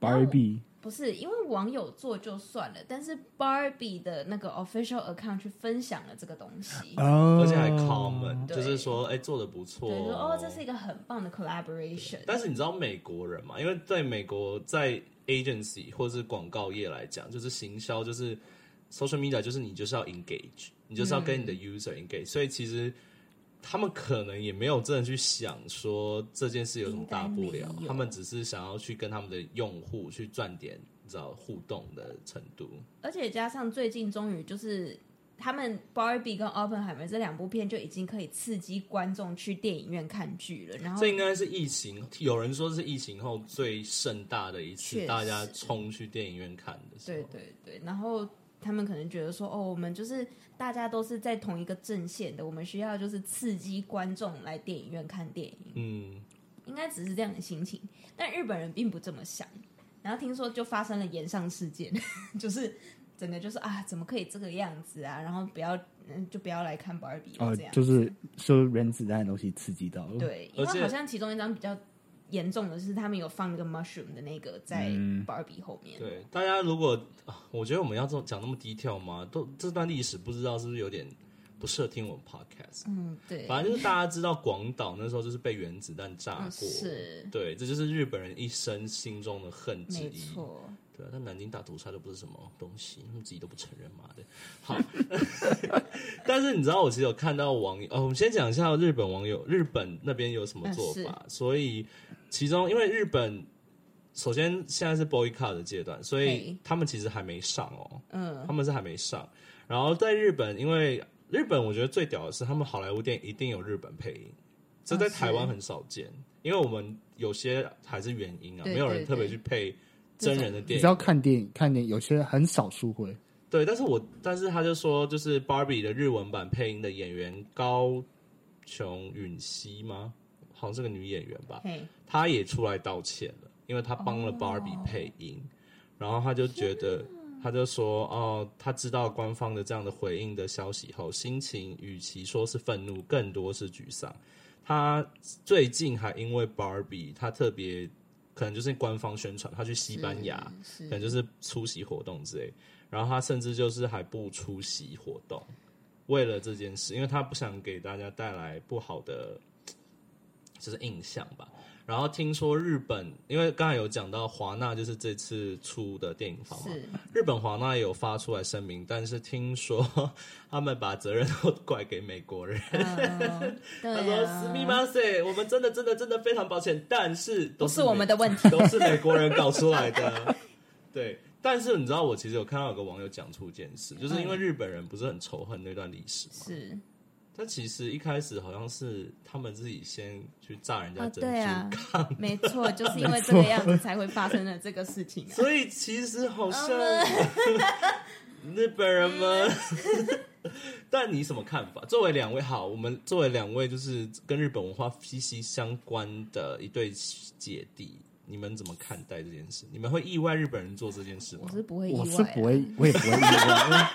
[SPEAKER 3] ，Barbie
[SPEAKER 2] 不是因为网友做就算了，但是 Barbie 的那个 official account 去分享了这个东西。
[SPEAKER 3] 哦，
[SPEAKER 1] 而且还 common，
[SPEAKER 2] 对
[SPEAKER 1] 就是说，哎、做的不错。
[SPEAKER 2] 嗯对，说哦，这是一个很棒的 collaboration。
[SPEAKER 1] 但是你知道美国人嘛？因为在美国，在 agency 或是广告业来讲，就是行销，就是 social media，就是你就是要 engage，你就是要跟你的
[SPEAKER 2] 嗯
[SPEAKER 1] user engage、所以其实他们可能也没有真的去想说这件事有什么大不
[SPEAKER 2] 应
[SPEAKER 1] 了
[SPEAKER 2] 该没，有
[SPEAKER 1] 他们只是想要去跟他们的用户去赚点，你知道互动的程度。
[SPEAKER 2] 而且加上最近终于就是他们 Barbie 跟 Oppenheimer 这两部片就已经可以刺激观众去电影院看剧了，然后
[SPEAKER 1] 这应该是疫情，有人说是疫情后最盛大的一
[SPEAKER 2] 确
[SPEAKER 1] 次，
[SPEAKER 2] 实
[SPEAKER 1] 大家冲去电影院看的时候。
[SPEAKER 2] 对对对，然后他们可能觉得说，哦，我们就是大家都是在同一个阵线的，我们需要就是刺激观众来电影院看电影，
[SPEAKER 1] 嗯，
[SPEAKER 2] 应该只是这样的心情。但日本人并不这么想，然后听说就发生了延上事件， 就是整个就是啊，怎么可以这个样子啊？然后不要，嗯，就不要来看 Barbie 了
[SPEAKER 3] 哦
[SPEAKER 2] 这样。，
[SPEAKER 3] 就是受原子弹的东西刺激到了，
[SPEAKER 2] 对，因
[SPEAKER 1] 而且
[SPEAKER 2] 为好像其中一张比较严重的是他们有放那个 mushroom 的那个在 Barbie 后面。
[SPEAKER 1] 嗯对，大家如果啊我觉得我们要这么讲那么低调吗？都这段历史不知道是不是有点不适合听我们 podcast。
[SPEAKER 2] 嗯，对，
[SPEAKER 1] 反正就是大家知道广岛那时候就是被原子弹炸过，
[SPEAKER 2] 嗯是
[SPEAKER 1] 对，这就是日本人一生心中的恨之
[SPEAKER 2] 没
[SPEAKER 1] 一。
[SPEAKER 2] 错。
[SPEAKER 1] 对啊，但南京大屠杀都不是什么东西，他们自己都不承认，妈的。好， 但是你知道，我其实有看到网友，哦，我们先讲一下日本网友，日本那边有什
[SPEAKER 2] 嗯
[SPEAKER 1] 么做法。所以，其中因为日本首先现在是 boycott 的阶段，所以
[SPEAKER 2] 嘿
[SPEAKER 1] 他们其实还没上哦，
[SPEAKER 2] 嗯，
[SPEAKER 1] 他们是还没上。然后在日本，因为日本我觉得最屌的是，他们好莱坞电影一定有日本配音，这
[SPEAKER 2] 啊
[SPEAKER 1] 在
[SPEAKER 2] 是
[SPEAKER 1] 台湾很少见，因为我们有些还是原音啊，
[SPEAKER 2] 对
[SPEAKER 1] 没有
[SPEAKER 2] 对
[SPEAKER 1] 人特别
[SPEAKER 2] 对
[SPEAKER 1] 去配。真人的
[SPEAKER 3] 你
[SPEAKER 1] 电
[SPEAKER 3] 只
[SPEAKER 1] 影
[SPEAKER 3] 要，看电影，看电影有些很少数会，
[SPEAKER 1] 对，但是我但是他就说，就是 Barbie 的日文版配音的演员高琼允熙吗？好像是个女演员吧，
[SPEAKER 2] 嘿，
[SPEAKER 1] 她也出来道歉了，因为她帮了
[SPEAKER 2] 哦
[SPEAKER 1] Barbie 配音，然后她就觉得，她就说，哦，她知道官方的这样的回应的消息后，心情与其说是愤怒，更多是沮丧。她最近还因为 Barbie，她特别可能就是官方宣传，她去西班牙，
[SPEAKER 2] 是
[SPEAKER 1] 可能就是出席活动之类。然后他甚至就是还不出席活动，为了这件事，因为他不想给大家带来不好的就是印象吧。然后听说日本，因为刚才有讲到华纳就是这次出的电影方嘛，
[SPEAKER 2] 是
[SPEAKER 1] 日本华纳也有发出来声明，但是听说 他们把责任都 怪给美国人。
[SPEAKER 2] 嗯，
[SPEAKER 1] 他
[SPEAKER 2] 对
[SPEAKER 1] 说：“
[SPEAKER 2] 啊，
[SPEAKER 1] 史密马塞，我们真的真的真的非常抱歉，但是都
[SPEAKER 2] 不
[SPEAKER 1] 是
[SPEAKER 2] 是我
[SPEAKER 1] 美
[SPEAKER 2] 们的问题。
[SPEAKER 1] 都是美国人搞出来的。对，但是你知道，我其实有看到有个网友讲出一件事，
[SPEAKER 2] 嗯
[SPEAKER 1] 就是因为日本人不是很仇恨那段历史嘛，
[SPEAKER 2] 是
[SPEAKER 1] 但其实一开始好像是他们自己先去炸人家
[SPEAKER 2] 啊，
[SPEAKER 1] 珍珠，
[SPEAKER 2] 对啊，没错，就是因为这个样子才会发生了这个事情啊。
[SPEAKER 1] 所以其实好像日本人们。 但你什么看法？作为两位好，我们作为两位就是跟日本文化息息相关的一对姐弟，你们怎么看待这件事？你们会意外日本人做这件事吗
[SPEAKER 2] 我？是不会意外、
[SPEAKER 3] 我
[SPEAKER 2] 啊，
[SPEAKER 3] 是不会，我也不会意外。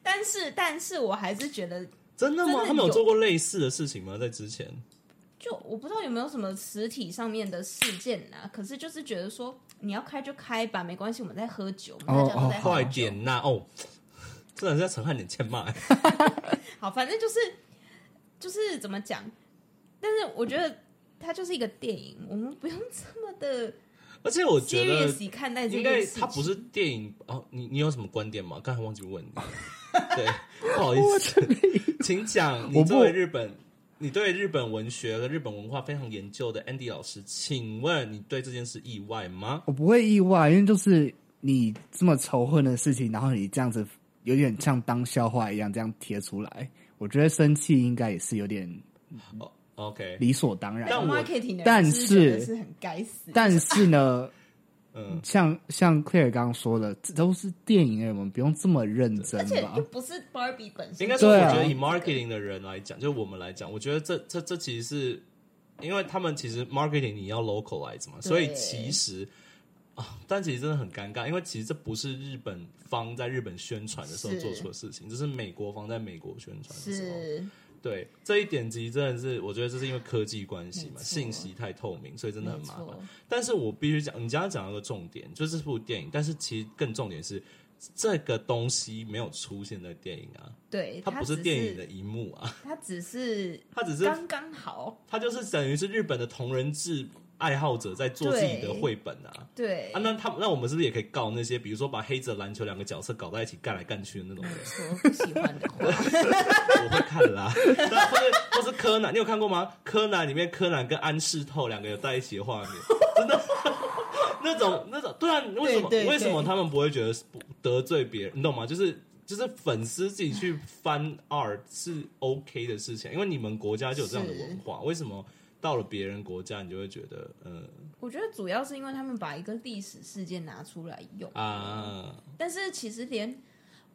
[SPEAKER 2] 但是，但是我还是觉得，
[SPEAKER 1] 真的
[SPEAKER 2] 真的
[SPEAKER 1] 吗？
[SPEAKER 2] 有
[SPEAKER 1] 他们有做过类似的事情吗？在之前，
[SPEAKER 2] 就我不知道有没有什么实体上面的事件啊。可是就是觉得说，你要开就开吧，没关系，我们在喝酒，我们大家都在
[SPEAKER 3] 哦哦
[SPEAKER 2] 喝酒。
[SPEAKER 1] 快点呐、哦， 真的是在陈汉典欠骂、欸。
[SPEAKER 2] 好，反正就是就是怎么讲，但是我觉得它就是一个电影，我们不用这么的
[SPEAKER 1] 而且我觉得
[SPEAKER 2] serious 看待这
[SPEAKER 1] 应
[SPEAKER 2] 件
[SPEAKER 1] 该
[SPEAKER 2] 事情。
[SPEAKER 1] 它不是电影哦，你你有什么观点吗？刚才忘记问你，对，不好意思，请讲。你
[SPEAKER 3] 我不
[SPEAKER 1] 作为日本，你对日本文学和日本文化非常研究的 Andy 老师，请问你对这件事意外吗？
[SPEAKER 3] 我不会意外，因为就是你这么仇恨的事情，然后你这样子有点像当笑话一样这样贴出来，我觉得生气应该也是有点
[SPEAKER 1] 哦，OK，
[SPEAKER 3] 理所当然。
[SPEAKER 1] 但我
[SPEAKER 2] marketing 的人
[SPEAKER 3] 但
[SPEAKER 2] 是觉得
[SPEAKER 3] 是
[SPEAKER 2] 是很该死。
[SPEAKER 3] 但是呢，
[SPEAKER 1] 嗯，
[SPEAKER 3] 像像 Claire 刚刚说的，这都是电影，我们不用这么认真
[SPEAKER 2] 而且
[SPEAKER 3] 吧
[SPEAKER 2] 又？不是 Barbie 本身，
[SPEAKER 1] 应该说，我
[SPEAKER 3] 对啊
[SPEAKER 1] 觉得以 marketing 的人来讲，就我们来讲，我觉得这这这其实是因为他们其实 marketing 你要 localize 嘛，
[SPEAKER 2] 对
[SPEAKER 1] 所以其实啊，但其实真的很尴尬，因为其实这不是日本方在日本宣传的时候
[SPEAKER 2] 是
[SPEAKER 1] 做出的事情，这是美国方在美国宣传的时候。
[SPEAKER 2] 是
[SPEAKER 1] 对这一点，其实真的是我觉得这是因为科技关系嘛，
[SPEAKER 2] 没错
[SPEAKER 1] 信息太透明，所以真的很
[SPEAKER 2] 没
[SPEAKER 1] 麻烦。
[SPEAKER 2] 错，
[SPEAKER 1] 但是我必须讲，你刚刚讲到一个重点，就是这部电影，但是其实更重点是这个东西没有出现在电影啊。
[SPEAKER 2] 对，
[SPEAKER 1] 它不是
[SPEAKER 2] 只
[SPEAKER 1] 电影的，一幕啊，
[SPEAKER 2] 它只是
[SPEAKER 1] 它只是
[SPEAKER 2] 刚刚好，
[SPEAKER 1] 它就是等于是日本的同人志爱好者在做自己的
[SPEAKER 2] 对
[SPEAKER 1] 绘本啊。
[SPEAKER 2] 对，
[SPEAKER 1] 啊，那他那我们是不是也可以告那些，比如说把黑子篮球两个角色搞在一起干来干去的那种人？
[SPEAKER 2] 说不喜欢的话，
[SPEAKER 1] 我会看啦， 那啊或是或是柯南，你有看过吗？柯南里面柯南跟安室透两个有在一起的画面，真的。 那种那种，对啊，为什么
[SPEAKER 2] 对对
[SPEAKER 1] 为什么他们不会觉得是不得罪别人？你懂吗？就是就是粉丝自己去翻二是 OK 的事情，因为你们国家就有这样的文化，为什么到了别人国家你就会觉得嗯
[SPEAKER 2] 我觉得主要是因为他们把一个历史事件拿出来用，
[SPEAKER 1] 啊
[SPEAKER 2] 但是其实连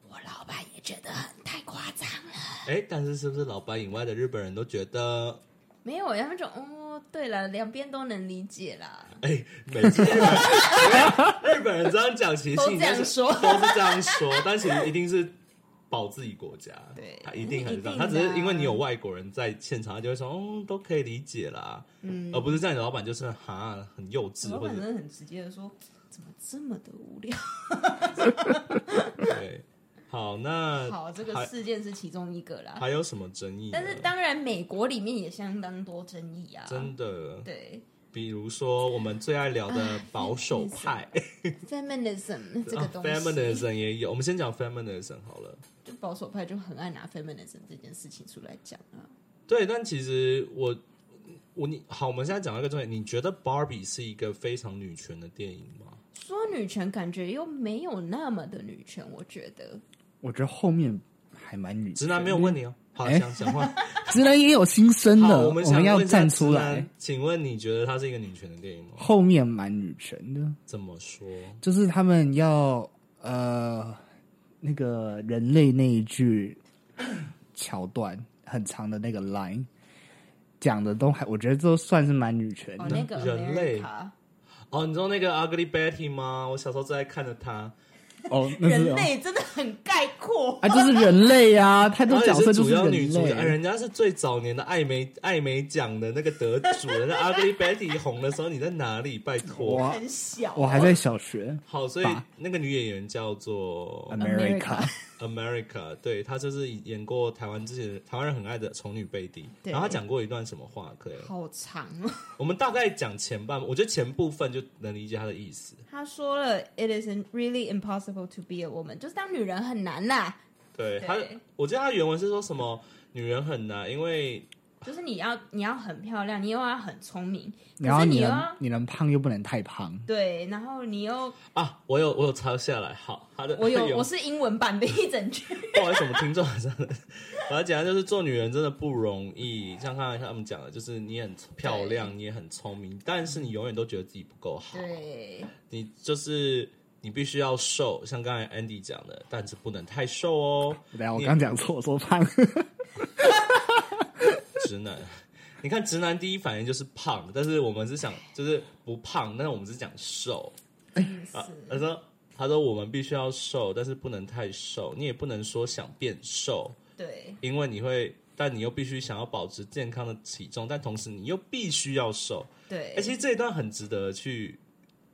[SPEAKER 2] 我老板也觉得很太夸张了。
[SPEAKER 1] 哎、但是是不是老板以外的日本人都觉得
[SPEAKER 2] 没有，他们就哦，对了，两边都能理解啦，
[SPEAKER 1] 哎、每次日本人 日本人这样讲，其实
[SPEAKER 2] 都
[SPEAKER 1] 心里
[SPEAKER 2] 这
[SPEAKER 1] 面
[SPEAKER 2] 样
[SPEAKER 1] 是
[SPEAKER 2] 说。
[SPEAKER 1] 都是这样说，但其实一定是保自己国家，
[SPEAKER 2] 对
[SPEAKER 1] 他一定很这样，
[SPEAKER 2] 一定的
[SPEAKER 1] 他
[SPEAKER 2] 啊
[SPEAKER 1] 只是因为你有外国人在现场，他就会说，哦，都可以理解啦，嗯，而不是这样，你老板就是哈很幼稚
[SPEAKER 2] 老
[SPEAKER 1] 或
[SPEAKER 2] 板
[SPEAKER 1] 者
[SPEAKER 2] 真的很直接的说，怎么这么的无聊？
[SPEAKER 1] 对，好，那
[SPEAKER 2] 好，这个
[SPEAKER 1] 呃还
[SPEAKER 2] 事件是其中一个啦。
[SPEAKER 1] 还有什么争议呢？
[SPEAKER 2] 但是当然，美国里面也相当多争议啊。
[SPEAKER 1] 真的，
[SPEAKER 2] 对
[SPEAKER 1] 比如说我们最爱聊的保守派
[SPEAKER 2] feminism 啊这个 东西，
[SPEAKER 1] 啊，feminism 也有，我们先讲 feminism 好了。
[SPEAKER 2] 就保守派就很爱拿 feminism 这件事情出来讲啊。
[SPEAKER 1] 对，但其实我我你好，我们现在讲到一个重点，你觉得《Barbie》是一个非常女权的电影吗？
[SPEAKER 2] 说女权感觉又没有那么的女权，我觉得
[SPEAKER 3] 我觉得后面还蛮女，
[SPEAKER 1] 直男没有问，你哦。好，
[SPEAKER 3] 哎
[SPEAKER 1] 想讲话。
[SPEAKER 3] 直男也有心声
[SPEAKER 1] 好，
[SPEAKER 3] 的，
[SPEAKER 1] 我
[SPEAKER 3] 我
[SPEAKER 1] 想
[SPEAKER 3] 要
[SPEAKER 1] 问一下
[SPEAKER 3] 站出
[SPEAKER 1] 直
[SPEAKER 3] 来
[SPEAKER 1] 男。。请问你觉得它是一个女权的电影吗？
[SPEAKER 3] 后面蛮女权的，
[SPEAKER 1] 怎么说？
[SPEAKER 3] 就是他们要呃那个人类那一句桥段很长的那个 line 讲的都还，我觉得都算是蛮女权
[SPEAKER 2] 哦，
[SPEAKER 3] 的。
[SPEAKER 2] 那个
[SPEAKER 1] 人类
[SPEAKER 2] America
[SPEAKER 1] 哦，你知道那个 Ugly Betty 吗？我小时候最爱看着她。
[SPEAKER 3] 哦，那是
[SPEAKER 2] 人
[SPEAKER 3] 哦
[SPEAKER 2] 类真的很概括，
[SPEAKER 3] 啊，就是人类啊，太多
[SPEAKER 1] 然后
[SPEAKER 3] 角
[SPEAKER 1] 也
[SPEAKER 3] 色
[SPEAKER 1] 是
[SPEAKER 3] 就
[SPEAKER 1] 主要
[SPEAKER 3] 人
[SPEAKER 1] 女主角，哎
[SPEAKER 3] 类。
[SPEAKER 1] 人家是最早年的艾美艾美奖的那个得主。人家 Ugly Betty 红的时候，你在哪里？拜托。
[SPEAKER 3] 我
[SPEAKER 2] 很小。
[SPEAKER 3] 啊我还在小学
[SPEAKER 1] 好，所以
[SPEAKER 3] 吧
[SPEAKER 1] 那个女演员叫做
[SPEAKER 2] America
[SPEAKER 3] ，America，
[SPEAKER 1] America，对他就是演过台湾之前台湾人很爱的《丑女贝蒂》，
[SPEAKER 2] 对
[SPEAKER 1] 然后他讲过一段什么话？可以，
[SPEAKER 2] 好长哦。
[SPEAKER 1] 我们大概讲前半，我觉得前部分就能理解他的意思。
[SPEAKER 2] 他说了，It is really impossible to be a woman，就是当女人很难呐、
[SPEAKER 1] 对
[SPEAKER 2] 对
[SPEAKER 1] 他，我记得他原文是说什么女人很难，因为
[SPEAKER 2] 就是你要你要很漂亮，你又要很聪明，
[SPEAKER 3] 然
[SPEAKER 2] 可
[SPEAKER 3] 后
[SPEAKER 2] 是
[SPEAKER 3] 你
[SPEAKER 2] 你啊又
[SPEAKER 3] 能
[SPEAKER 2] 要
[SPEAKER 3] 你能胖又不能太胖，
[SPEAKER 2] 对，然后你又
[SPEAKER 1] 啊！我有我有抄下来，好，他的
[SPEAKER 2] 我 有
[SPEAKER 1] 有
[SPEAKER 2] 我是英文版的一整句，
[SPEAKER 1] 不好意思，我们听众好像，我要讲的就是做女人真的不容易。像刚才他们讲的，就是你很漂亮，你也很聪明，但是你永远都觉得自己不够好。
[SPEAKER 2] 对
[SPEAKER 1] 你就是你必须要瘦，像刚才 Andy 讲的，但是不能太瘦哦，
[SPEAKER 3] 对啊，我
[SPEAKER 1] 你
[SPEAKER 3] 刚讲错，我 说胖，
[SPEAKER 1] 直男。 你看，直男第一反应就是胖，但是我们是想就是不胖，但是我们是讲瘦。
[SPEAKER 2] 嗯是
[SPEAKER 1] 啊，他说他说我们必须要瘦，但是不能太瘦，你也不能说想变瘦，
[SPEAKER 2] 对
[SPEAKER 1] 因为你会，但你又必须想要保持健康的体重，但同时你又必须要瘦。哎、其
[SPEAKER 2] 对，
[SPEAKER 1] 实这一段很值得去。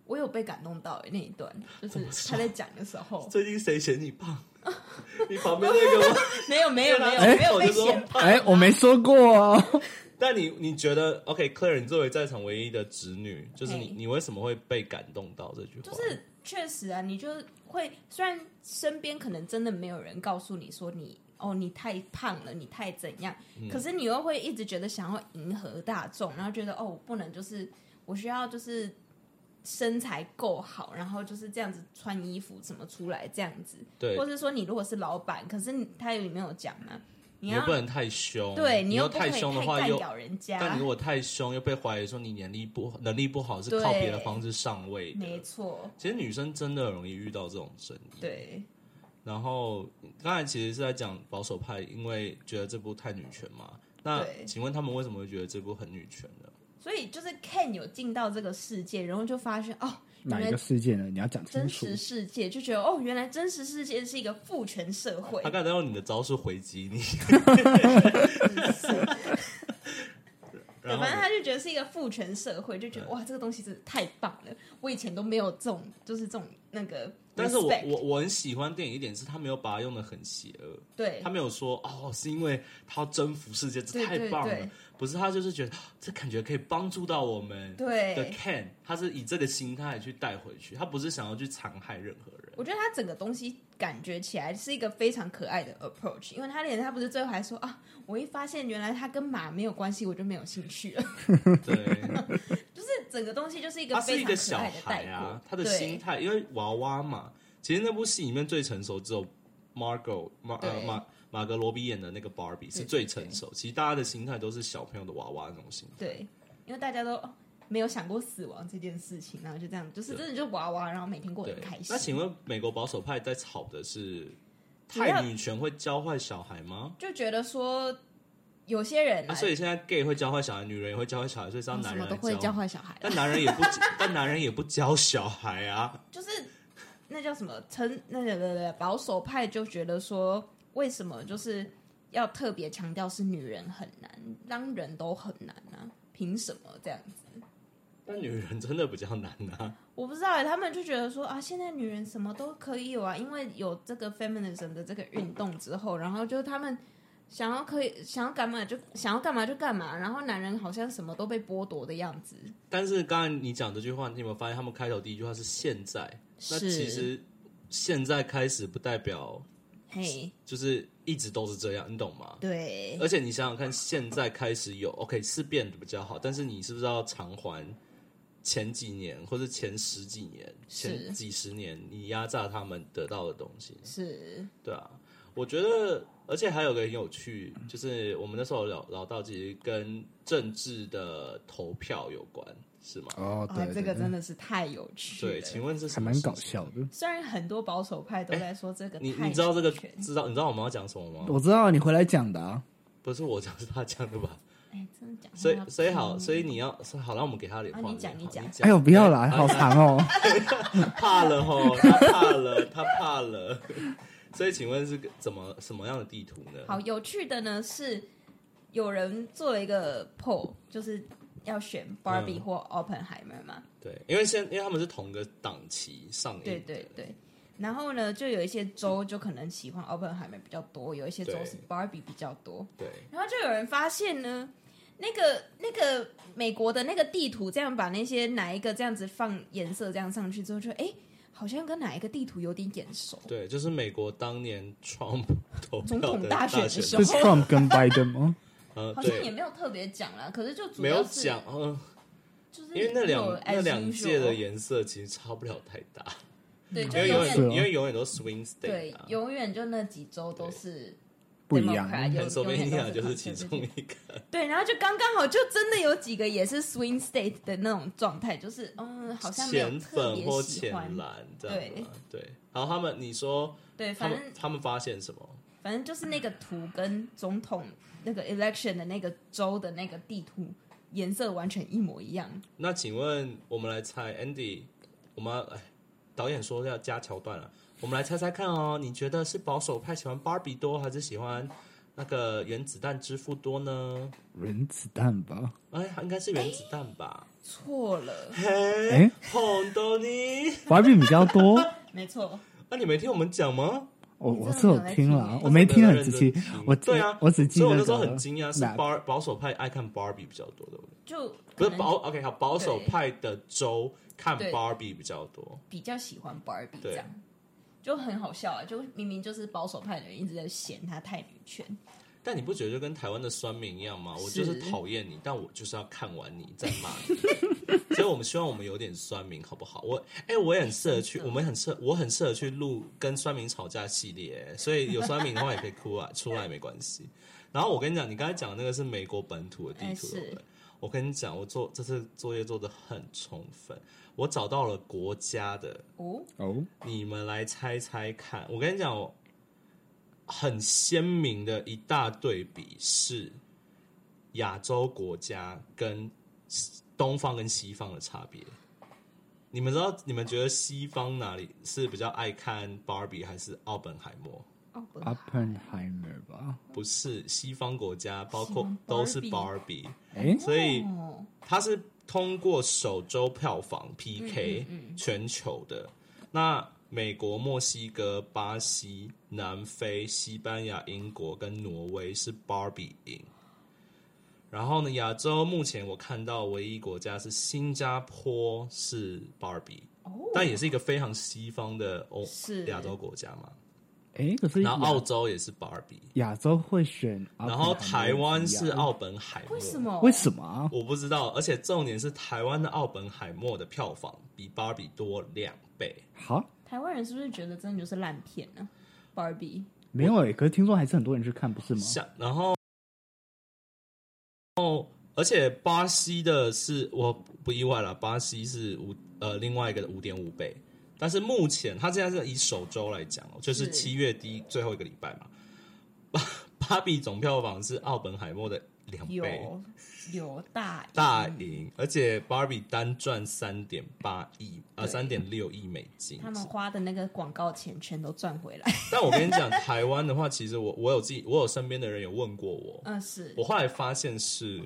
[SPEAKER 2] 我有被感动到欸那一段，就是他在讲的时 候，
[SPEAKER 1] 最近谁嫌你胖？ 你旁边那 个吗？
[SPEAKER 2] 没有没有没有
[SPEAKER 1] 哎
[SPEAKER 2] 没有
[SPEAKER 1] 我就
[SPEAKER 2] 被
[SPEAKER 1] 说
[SPEAKER 2] 嫌
[SPEAKER 3] 哎、我没说过哦，
[SPEAKER 1] 但你你觉得 OK，Claire，、你作为在场唯一的侄女，就是你
[SPEAKER 2] 嘿
[SPEAKER 1] 你为什么会被感动到这句话？
[SPEAKER 2] 就是确实啊，你就会虽然身边可能真的没有人告诉你说你哦你太胖了，你太怎样，
[SPEAKER 1] 嗯
[SPEAKER 2] 可是你又会一直觉得想要迎合大众，然后觉得哦我不能就是我需要就是身材够好，然后就是这样子穿衣服怎么出来这样子，
[SPEAKER 1] 对
[SPEAKER 2] 或，是说你如果是老板，可是你他有没有讲呢、你
[SPEAKER 1] 你
[SPEAKER 2] 要
[SPEAKER 1] 又不能太凶，
[SPEAKER 2] 对
[SPEAKER 1] 你
[SPEAKER 2] 又不可
[SPEAKER 1] 太
[SPEAKER 2] 以
[SPEAKER 1] 凶的
[SPEAKER 2] 太
[SPEAKER 1] 话
[SPEAKER 2] 干
[SPEAKER 1] 又，
[SPEAKER 2] 扰人
[SPEAKER 1] 但
[SPEAKER 2] 家
[SPEAKER 1] 你如，果太凶又被怀疑说你能力不能力不好，是靠别的
[SPEAKER 2] 对
[SPEAKER 1] 方式上位的。
[SPEAKER 2] 没错，
[SPEAKER 1] 其实女生真的很容易遇到这种争议。
[SPEAKER 2] 对
[SPEAKER 1] 然后刚才其实是在讲保守派，因为觉得这部太女权嘛。那
[SPEAKER 2] 对
[SPEAKER 1] 请问他们为什么会觉得这部很女权呢？
[SPEAKER 2] 所以就是 Ken 有进到这个世界，然后就发现哦，
[SPEAKER 3] 哪
[SPEAKER 2] 原
[SPEAKER 3] 一
[SPEAKER 2] 来
[SPEAKER 3] 个事件呢？你要讲清
[SPEAKER 2] 真
[SPEAKER 3] 楚。
[SPEAKER 2] 实世界，就觉得哦，原来真实世界是一个父权社会
[SPEAKER 1] 他。刚才用你的招数回击你，
[SPEAKER 2] 对，
[SPEAKER 1] 然后
[SPEAKER 2] 反正
[SPEAKER 1] 呢
[SPEAKER 2] 他就觉得是一个父权社会，就觉得哇，这个东西真的太棒了。我以前都没有这种，就是这种那个 respect。
[SPEAKER 1] 但是我我我很喜欢电影一点是，他没有把它用的很邪恶，
[SPEAKER 2] 对
[SPEAKER 1] 他没有说哦是因为他要征服世界，这
[SPEAKER 2] 对
[SPEAKER 1] 太
[SPEAKER 2] 对
[SPEAKER 1] 棒
[SPEAKER 2] 对
[SPEAKER 1] 了，不是他就是觉得啊这感觉可以帮助到我们的
[SPEAKER 2] 对，
[SPEAKER 1] Ken，他是以这个心态去带回去，他不是想要去残害任何 人。
[SPEAKER 2] 我觉得他整个东西感觉起来是一个非常可爱的 approach，因为他连他不是最后还说啊，我一发现原来他跟马没有关系，我就没有兴趣了。
[SPEAKER 1] 对，
[SPEAKER 2] 就是整个东西就是一个
[SPEAKER 1] 他是
[SPEAKER 2] 非
[SPEAKER 1] 一
[SPEAKER 2] 常
[SPEAKER 1] 个小
[SPEAKER 2] 可爱的带
[SPEAKER 1] 孩
[SPEAKER 2] 过，
[SPEAKER 1] 啊，他的
[SPEAKER 2] 对
[SPEAKER 1] 心态，因为娃娃嘛，其实那部戏里面最成熟只有 Margot 马呃
[SPEAKER 2] 对
[SPEAKER 1] 马马格罗比演的那个 Barbie 是最成熟，其实大家的心态都是小朋友的娃娃那种心态。
[SPEAKER 2] 对，因为大家都哦没有想过死亡这件事情，然后就这样，就是
[SPEAKER 1] 对
[SPEAKER 2] 真的就娃娃，然后每天过得
[SPEAKER 1] 对
[SPEAKER 2] 很开，心。
[SPEAKER 1] 那请问美国保守派在吵的是
[SPEAKER 2] 主要
[SPEAKER 1] 太女权会教坏小孩吗？
[SPEAKER 2] 就觉得说有些人
[SPEAKER 1] 啊，
[SPEAKER 2] 啊，
[SPEAKER 1] 所以现在 gay 会教坏小孩，女人也会教坏小孩，所以是要
[SPEAKER 2] 哦什
[SPEAKER 1] 男
[SPEAKER 2] 么
[SPEAKER 1] 人
[SPEAKER 2] 都
[SPEAKER 1] 来
[SPEAKER 2] 会教
[SPEAKER 1] 教。
[SPEAKER 2] 坏小孩啊，
[SPEAKER 1] 但男人也不， 但男人也不教小孩啊。
[SPEAKER 2] 就是那叫什么成那个保守派就觉得说，为什么就是要特别强调是女人很难，当人都很难啊？凭什么这样子？
[SPEAKER 1] 但女人真的比较难啊。
[SPEAKER 2] 我不知道哎、他们就觉得说啊，现在女人什么都可以有啊，因为有这个 feminism 的这个运动之后，然后就他们想要可以想要干嘛就想要干嘛就干嘛，然后男人好像什么都被剥夺的样子。
[SPEAKER 1] 但是刚才你讲这句话，你有没有发现他们开头第一句话是现在？那
[SPEAKER 2] 是
[SPEAKER 1] 其实现在开始不代表
[SPEAKER 2] 嘿，
[SPEAKER 1] 就是一直都是这样，你懂吗？
[SPEAKER 2] 对
[SPEAKER 1] 而且你想想看，现在开始有 OK 是变得比较好，但是你是不是要偿还前几年或者前十几年、
[SPEAKER 2] 是
[SPEAKER 1] 前几十年你压榨他们得到的东西？
[SPEAKER 2] 是，
[SPEAKER 1] 对啊，我觉得，而且还有个很有趣，就是我们那时候聊聊到，其实跟政治的投票有关，是吗？
[SPEAKER 3] 哦，
[SPEAKER 2] 啊
[SPEAKER 3] 对，，
[SPEAKER 2] 这个
[SPEAKER 3] 对
[SPEAKER 2] 真的是太有趣了。
[SPEAKER 1] 对，请问是什
[SPEAKER 3] 还
[SPEAKER 1] 么
[SPEAKER 3] 蛮
[SPEAKER 1] 事
[SPEAKER 3] 搞
[SPEAKER 1] 情
[SPEAKER 3] 笑的。
[SPEAKER 2] 虽然很多保守派都在说这个太
[SPEAKER 1] 哎你你知道这个
[SPEAKER 2] 女权
[SPEAKER 1] 知道你知道我们要讲什么吗？
[SPEAKER 3] 我知道你回来讲的啊，
[SPEAKER 1] 不是我讲，是他讲的 吧？
[SPEAKER 2] 哎，真的讲话
[SPEAKER 1] 所以
[SPEAKER 2] 要
[SPEAKER 1] 所以好，
[SPEAKER 2] 拼
[SPEAKER 1] 所以你要所以好，让我们给他点
[SPEAKER 2] 啊
[SPEAKER 1] 话。
[SPEAKER 2] 你讲
[SPEAKER 1] 好
[SPEAKER 2] 你讲
[SPEAKER 3] 哎呦不要
[SPEAKER 1] 对
[SPEAKER 3] 啦，
[SPEAKER 1] 他
[SPEAKER 3] 好长 哦。
[SPEAKER 1] 怕了吼，他怕了，他怕了。所以请问是个怎么什么样的地图呢？
[SPEAKER 2] 好有趣的呢是，有人做了一个 poll，就是要选 Barbie
[SPEAKER 1] 嗯
[SPEAKER 2] 或 Oppenheimer 嘛。
[SPEAKER 1] 对，因为现因为他们是同个档期上映，
[SPEAKER 2] 对对对。然后呢，就有一些州就可能喜欢 Oppenheimer 比较多，有一些州
[SPEAKER 1] 对
[SPEAKER 2] 是 Barbie 比较多。
[SPEAKER 1] 对，
[SPEAKER 2] 然后就有人发现呢，那个那个美国的那个地图，这样把那些哪一个这样子放颜色这样上去之后就，哎，好像跟哪一个地图有点眼熟。
[SPEAKER 1] 对，就是美国当年 Trump 投
[SPEAKER 2] 总
[SPEAKER 1] 票
[SPEAKER 2] 统
[SPEAKER 1] 的
[SPEAKER 2] 大
[SPEAKER 1] 大
[SPEAKER 2] 选的
[SPEAKER 1] 选
[SPEAKER 2] 时
[SPEAKER 3] 是
[SPEAKER 2] 候
[SPEAKER 3] Trump 跟 Biden 吗？
[SPEAKER 1] 呃，
[SPEAKER 2] 好像也
[SPEAKER 1] 对，
[SPEAKER 2] 没有特别讲啦，可是就主
[SPEAKER 1] 没有
[SPEAKER 2] 要是
[SPEAKER 1] 讲，嗯、
[SPEAKER 2] 就是
[SPEAKER 1] 因为那
[SPEAKER 2] 有
[SPEAKER 1] 两
[SPEAKER 2] as
[SPEAKER 1] 那两届的
[SPEAKER 2] usual
[SPEAKER 1] 颜色其实差不了太大，
[SPEAKER 2] 对，
[SPEAKER 1] 因
[SPEAKER 2] 就
[SPEAKER 1] 为
[SPEAKER 2] 永
[SPEAKER 1] 永
[SPEAKER 2] 远
[SPEAKER 3] 是哦
[SPEAKER 1] 远因为永远都 swing
[SPEAKER 2] 对
[SPEAKER 1] state，、，
[SPEAKER 2] 永远就那几周都是
[SPEAKER 3] 不一样啊
[SPEAKER 2] Democrat，
[SPEAKER 1] 很
[SPEAKER 2] 永
[SPEAKER 1] 说明
[SPEAKER 2] 永
[SPEAKER 1] 一
[SPEAKER 2] 远
[SPEAKER 1] 讲
[SPEAKER 2] 都
[SPEAKER 1] 就是是其中
[SPEAKER 2] conservative
[SPEAKER 1] 一个，
[SPEAKER 2] 对，然后就刚刚好，就真的有几个也是 swing state 的那种状态，就是嗯，好像没有
[SPEAKER 1] 浅
[SPEAKER 2] 特
[SPEAKER 1] 粉
[SPEAKER 2] 别
[SPEAKER 1] 或
[SPEAKER 2] 喜
[SPEAKER 1] 浅
[SPEAKER 2] 欢。
[SPEAKER 1] 蓝这样吗？对，然后他们你说
[SPEAKER 2] 对，
[SPEAKER 1] 他
[SPEAKER 2] 反正
[SPEAKER 1] 们他们发现什么？
[SPEAKER 2] 反正就是那个图跟总统那个 election 的那个州的那个地图颜色完全一模一样。
[SPEAKER 1] 那请问我们来猜 Andy，我们要哎导演说要加桥段了，我们来猜猜看哦，你觉得是保守派喜欢芭比多，还是喜欢那个原子弹之父多呢？
[SPEAKER 3] 原子弹吧？
[SPEAKER 1] 哎，应该是原子弹吧？
[SPEAKER 2] 错了，
[SPEAKER 1] 嘿，
[SPEAKER 3] 哎、
[SPEAKER 1] 碰到你，
[SPEAKER 3] 芭比比较 多，
[SPEAKER 2] 没错，
[SPEAKER 1] 那、啊你没听我们讲吗？
[SPEAKER 3] 我
[SPEAKER 2] 你
[SPEAKER 3] 我
[SPEAKER 2] 真的
[SPEAKER 3] 是有
[SPEAKER 2] 没有在
[SPEAKER 3] 听
[SPEAKER 2] 听
[SPEAKER 3] 了
[SPEAKER 2] 耶，
[SPEAKER 3] 我没听很仔细
[SPEAKER 1] 真的认真听，
[SPEAKER 3] 我只
[SPEAKER 1] 对啊，
[SPEAKER 3] 我只记
[SPEAKER 1] 所以
[SPEAKER 3] 得
[SPEAKER 1] 我那时候很惊讶，是
[SPEAKER 3] map
[SPEAKER 1] 保保守派爱看芭比比较多，对不对？
[SPEAKER 2] 就
[SPEAKER 1] 不
[SPEAKER 2] 可
[SPEAKER 1] 是
[SPEAKER 2] 能
[SPEAKER 1] 保 OK 好，保守
[SPEAKER 2] 对
[SPEAKER 1] 派的州看
[SPEAKER 2] 对
[SPEAKER 1] 芭比比较多。
[SPEAKER 2] 比较喜欢 Barbie
[SPEAKER 1] 对
[SPEAKER 2] 这样，就很好笑啊！就明明就是保守派的人一直在嫌她太女权，
[SPEAKER 1] 但你不觉得就跟台湾的酸民一样吗？我就是
[SPEAKER 2] 是
[SPEAKER 1] 讨厌你，但我就是要看完你再骂你。 所以我们希望我们有点酸民，好不好？我哎、我也很适合去，我们很适，我很适合去录跟酸民吵架系列，所以有酸民的话也可以哭啊， 出来没关系。然后我跟你讲，你刚才讲的那个是美国本土的地
[SPEAKER 2] 哎
[SPEAKER 1] 图，
[SPEAKER 2] 是
[SPEAKER 1] 对不对？我跟你讲，我做这次作业做的很充分，我找到了国家的
[SPEAKER 2] 哦，
[SPEAKER 3] 哦，
[SPEAKER 1] 你们来猜猜看。我跟你讲，我很鲜明的一大对比是亚洲国家跟西东方跟西方的差别。你们知道，你们觉得西方哪里是比较爱看芭比还是奥本海默？
[SPEAKER 2] 奥本
[SPEAKER 1] 啊
[SPEAKER 2] 海默
[SPEAKER 3] Oppenheimer 吧？
[SPEAKER 1] 不是，西方国家包
[SPEAKER 2] 喜
[SPEAKER 1] 括
[SPEAKER 2] 欢
[SPEAKER 1] 都是
[SPEAKER 2] Barbie
[SPEAKER 1] 芭比，
[SPEAKER 3] 哎、
[SPEAKER 1] 所以
[SPEAKER 2] 哦
[SPEAKER 1] 它是通过首周票
[SPEAKER 2] 嗯
[SPEAKER 1] 房 PK 全球的。那美国、墨西哥、巴西、南非、西班牙、英国跟挪威是 Barbie 赢。然后呢，亚洲目前我看到唯一国家是新加坡是 Barbie，、但也是一个非常西方的欧
[SPEAKER 2] 哦是
[SPEAKER 1] 亚洲国家嘛。
[SPEAKER 3] 哎、可是
[SPEAKER 1] 然后澳
[SPEAKER 3] 亚
[SPEAKER 1] 洲也是 Barbie，
[SPEAKER 3] 亚洲会选，
[SPEAKER 1] 然后
[SPEAKER 3] 啊
[SPEAKER 1] 台湾是，奥本海默。
[SPEAKER 2] 为什么？
[SPEAKER 3] 为什么啊？
[SPEAKER 1] 我不知道，而且重点是台湾的奥本海默的票房比芭比多两倍。
[SPEAKER 2] 哦
[SPEAKER 3] 好，
[SPEAKER 2] 台湾人是不是觉得真的就是烂片呢、b a r b i e
[SPEAKER 3] 没有哎、可是听说还是很多人去看，不是吗？
[SPEAKER 1] 像然后，然后而且巴西的是我不意外了，巴西是五呃另外一个五点五倍，但是目前它现在是以首周来讲哦，就是
[SPEAKER 2] 是
[SPEAKER 1] 七月第一最后一个礼拜嘛，芭芭比总票房是奥本海默的两倍。
[SPEAKER 2] 有嗯有大赢
[SPEAKER 1] 大赢，而且芭比单赚三点八亿，呃，三点六亿美金，
[SPEAKER 2] 他们花的那个广告钱全都赚回来。
[SPEAKER 1] 但我跟你讲，台湾的话，其实我我有自己，我有身边的人有问过我，
[SPEAKER 2] 嗯，是
[SPEAKER 1] 我后来发现是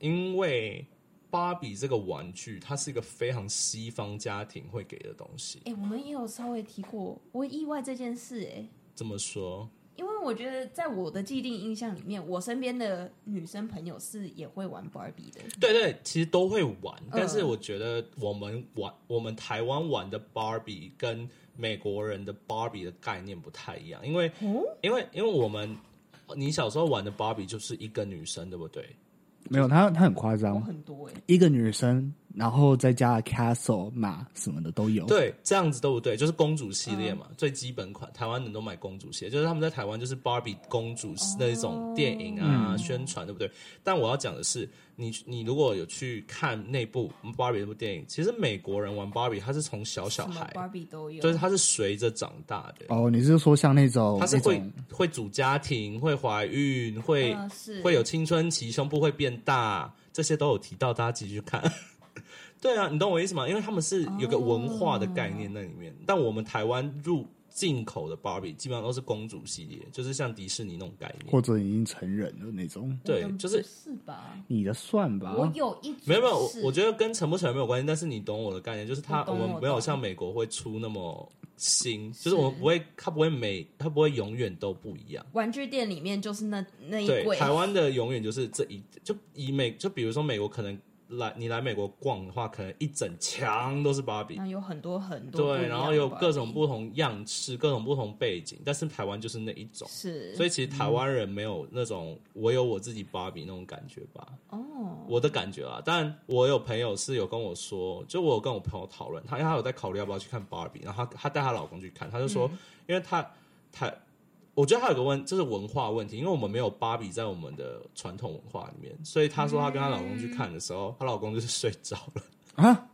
[SPEAKER 1] 因为芭比这个玩具，它是一个非常西方家庭会给的东西。
[SPEAKER 2] 哎、我们也有稍微提过，我意外这件事、哎，
[SPEAKER 1] 这么说，
[SPEAKER 2] 因为我觉得在我的既定印象里面，我身边的女生朋友是也会玩 Barbie 的，
[SPEAKER 1] 对对，其实都会玩，但是我觉得我们玩我们台湾玩的芭比跟美国人的芭比的概念不太一样，因为
[SPEAKER 3] 哦
[SPEAKER 1] 因为因为我们你小时候玩的芭比就是一个女生，对不对？
[SPEAKER 3] 没有，他他很夸
[SPEAKER 2] 我
[SPEAKER 3] 张，
[SPEAKER 2] 很多哎、
[SPEAKER 3] 一个女生，然后再加 castle 马什么的都有。，
[SPEAKER 1] 对，这样子对不对？就是公主系列嘛，最基本款，台湾人都买公主系列，就是他们在台湾就是芭比公主那种电影啊、宣传，对不对？但我要讲的是，你你如果有去看那部芭比那部电影，其实美国人玩芭比，他是从小小
[SPEAKER 2] 什么
[SPEAKER 1] 孩，
[SPEAKER 2] Barbie 哦都有，
[SPEAKER 1] 就是他是随着长大的，
[SPEAKER 3] 哦，你是说像那种
[SPEAKER 1] 他是
[SPEAKER 3] 那
[SPEAKER 1] 会
[SPEAKER 3] 种
[SPEAKER 1] 会组家庭，会怀孕，会、
[SPEAKER 2] 嗯是
[SPEAKER 1] 会有青春期，胸部会变大，这些都有提到，大家自己去看。 对啊，你懂我意思吗？因为他们是有个文化的概念在里
[SPEAKER 2] 哦
[SPEAKER 1] 面，但我们台湾入进口的芭比基本上都是公主系列，就是像迪士尼那种概
[SPEAKER 3] 或
[SPEAKER 1] 念。
[SPEAKER 3] 者已经成人的那种，
[SPEAKER 1] 对
[SPEAKER 2] 我的
[SPEAKER 1] 就是啊
[SPEAKER 2] 不是吧？
[SPEAKER 3] 你的算吧。
[SPEAKER 2] 我有一
[SPEAKER 1] 没有没有，我
[SPEAKER 2] 组是
[SPEAKER 1] 我觉得跟成不成人没有关系，但是你懂我的概念，就是它
[SPEAKER 2] 我懂
[SPEAKER 1] 们
[SPEAKER 2] 我
[SPEAKER 1] 没有
[SPEAKER 2] 懂
[SPEAKER 1] 像美国会出那么新，就是
[SPEAKER 2] 是
[SPEAKER 1] 我们不会，它不会每，它不会永远都不一样。
[SPEAKER 2] 玩具店里面就是那那一
[SPEAKER 1] 对，
[SPEAKER 2] 柜，
[SPEAKER 1] 台湾的永远就是这一，就以美，就比如说美国可能来你来美国逛的话，可能一整墙都是芭比
[SPEAKER 2] 然，后有很多很多不
[SPEAKER 1] 对，
[SPEAKER 2] 一样的
[SPEAKER 1] 然后有各种
[SPEAKER 2] Barbie
[SPEAKER 1] 不同样式、各种不同背景，但是台湾就是那一种，
[SPEAKER 2] 是，
[SPEAKER 1] 所
[SPEAKER 2] 以
[SPEAKER 1] 以其实台湾人没有那种我有我自己芭比那种感觉吧。
[SPEAKER 2] 哦，
[SPEAKER 1] 我的感觉啊，但我有朋友是有跟我说，就我有跟我朋友讨论，他因为他有在考虑要不要去看芭比，然后他他带她老公去看，他就说，因为他他我觉得他有个问，这是文化问题，因为我们没有芭比在我们的传统文化里面，所以她说她跟她老公去看的时候，她、老公就是睡着了，
[SPEAKER 3] 啊，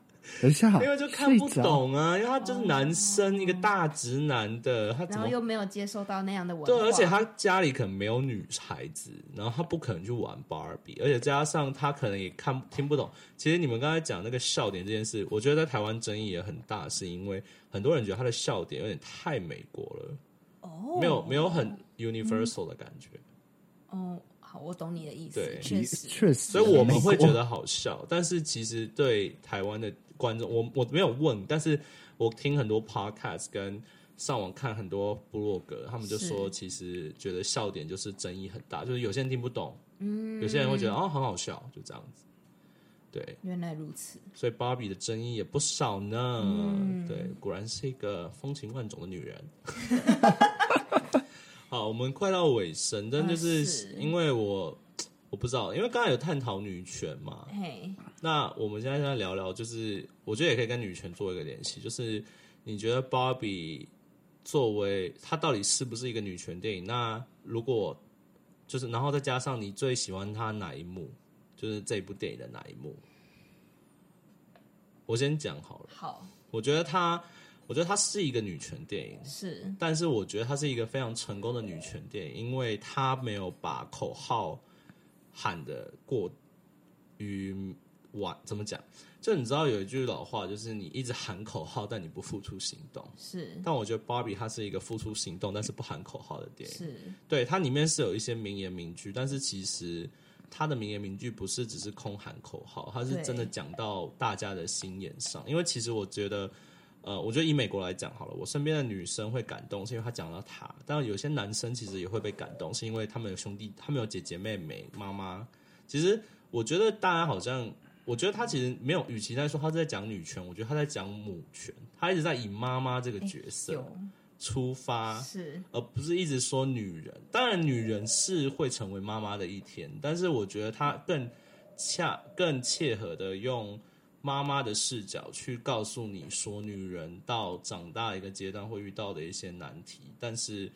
[SPEAKER 3] 等一下，
[SPEAKER 1] 因为就看不
[SPEAKER 3] 睡着，
[SPEAKER 1] 懂啊，因为他就是男生、一个大直男的，他怎
[SPEAKER 2] 然后
[SPEAKER 1] 么
[SPEAKER 2] 又没有接受到那样的文化，
[SPEAKER 1] 对，而且他家里可能没有女孩子，然后他不可能去玩芭比，而且加上他可能也看听不懂。其实你们刚才讲那个笑点这件事，我觉得在台湾争议也很大，是因为很多人觉得他的笑点有点太美国了，
[SPEAKER 2] 哦
[SPEAKER 1] 没有没有很 universal 的感觉，
[SPEAKER 2] 哦，好，我懂你的意思
[SPEAKER 1] 对，
[SPEAKER 2] 确实
[SPEAKER 3] 确实，
[SPEAKER 1] 所以我们会觉
[SPEAKER 3] 美
[SPEAKER 1] 得好笑。但是其实对台湾的观众，我我没有问，但是我听很多 podcast 跟。上网看很多部落格，他们就说，
[SPEAKER 2] 是
[SPEAKER 1] 其实觉得笑点就是争议很大，就是有些人听不懂，
[SPEAKER 2] 嗯，
[SPEAKER 1] 有些人会觉得哦很好笑，就这样子。对，
[SPEAKER 2] 原来如此，
[SPEAKER 1] 所以芭比的争议也不少呢。
[SPEAKER 2] 嗯
[SPEAKER 1] 对，果然是一个风情万种的女人。 好，我们快到尾声，但就
[SPEAKER 2] 啊
[SPEAKER 1] 是
[SPEAKER 2] 是
[SPEAKER 1] 因为我我不知道，因为刚才有探讨女权嘛，
[SPEAKER 2] 嘿，
[SPEAKER 1] 那我们现在在聊聊，就是我觉得也可以跟女权做一个联系，就是你觉得芭比作为它到底是不是一个女权电影？那如果就是，然后再加上你最喜欢它哪一幕，就是这部电影的哪一幕？我先讲好了，
[SPEAKER 2] 好，
[SPEAKER 1] 我觉得它，我觉得它是一个女权电影，
[SPEAKER 2] 是
[SPEAKER 1] 但是我觉得它是一个非常成功的女权电影，因为它没有把口号喊的过于晚。怎么讲？就你知道有一句老话，就是你一直喊口号，但你不付出行动。
[SPEAKER 2] 是
[SPEAKER 1] 但我觉得《芭比》它是一个付出行动，但是不喊口号的电影。
[SPEAKER 2] 是，
[SPEAKER 1] 对，它里面是有一些名言名句，但是其实它的名言名句不是只是空喊口号，它是真的
[SPEAKER 2] 对
[SPEAKER 1] 讲到大家的心眼上。因为其实我觉得，呃，我觉得以美国来讲好了，我身边的女生会感动，是因为她讲到她；，但有些男生其实也会被感动，是因为他们有兄弟，他们有姐姐、妹妹、妈妈。其实我觉得大家好像。我觉得他其实没有，与其在说他是在讲女权，我觉得他在讲母权，他一直在以妈妈这个
[SPEAKER 2] 哎
[SPEAKER 1] 角色
[SPEAKER 2] 有
[SPEAKER 1] 出发，
[SPEAKER 2] 是
[SPEAKER 1] 而不是一直说女人。当然，女人是会成为妈妈的一天，但是我觉得她更恰更切合的用妈妈的视角去告诉你说，女人到长大一个阶段会遇到的一些难题，但是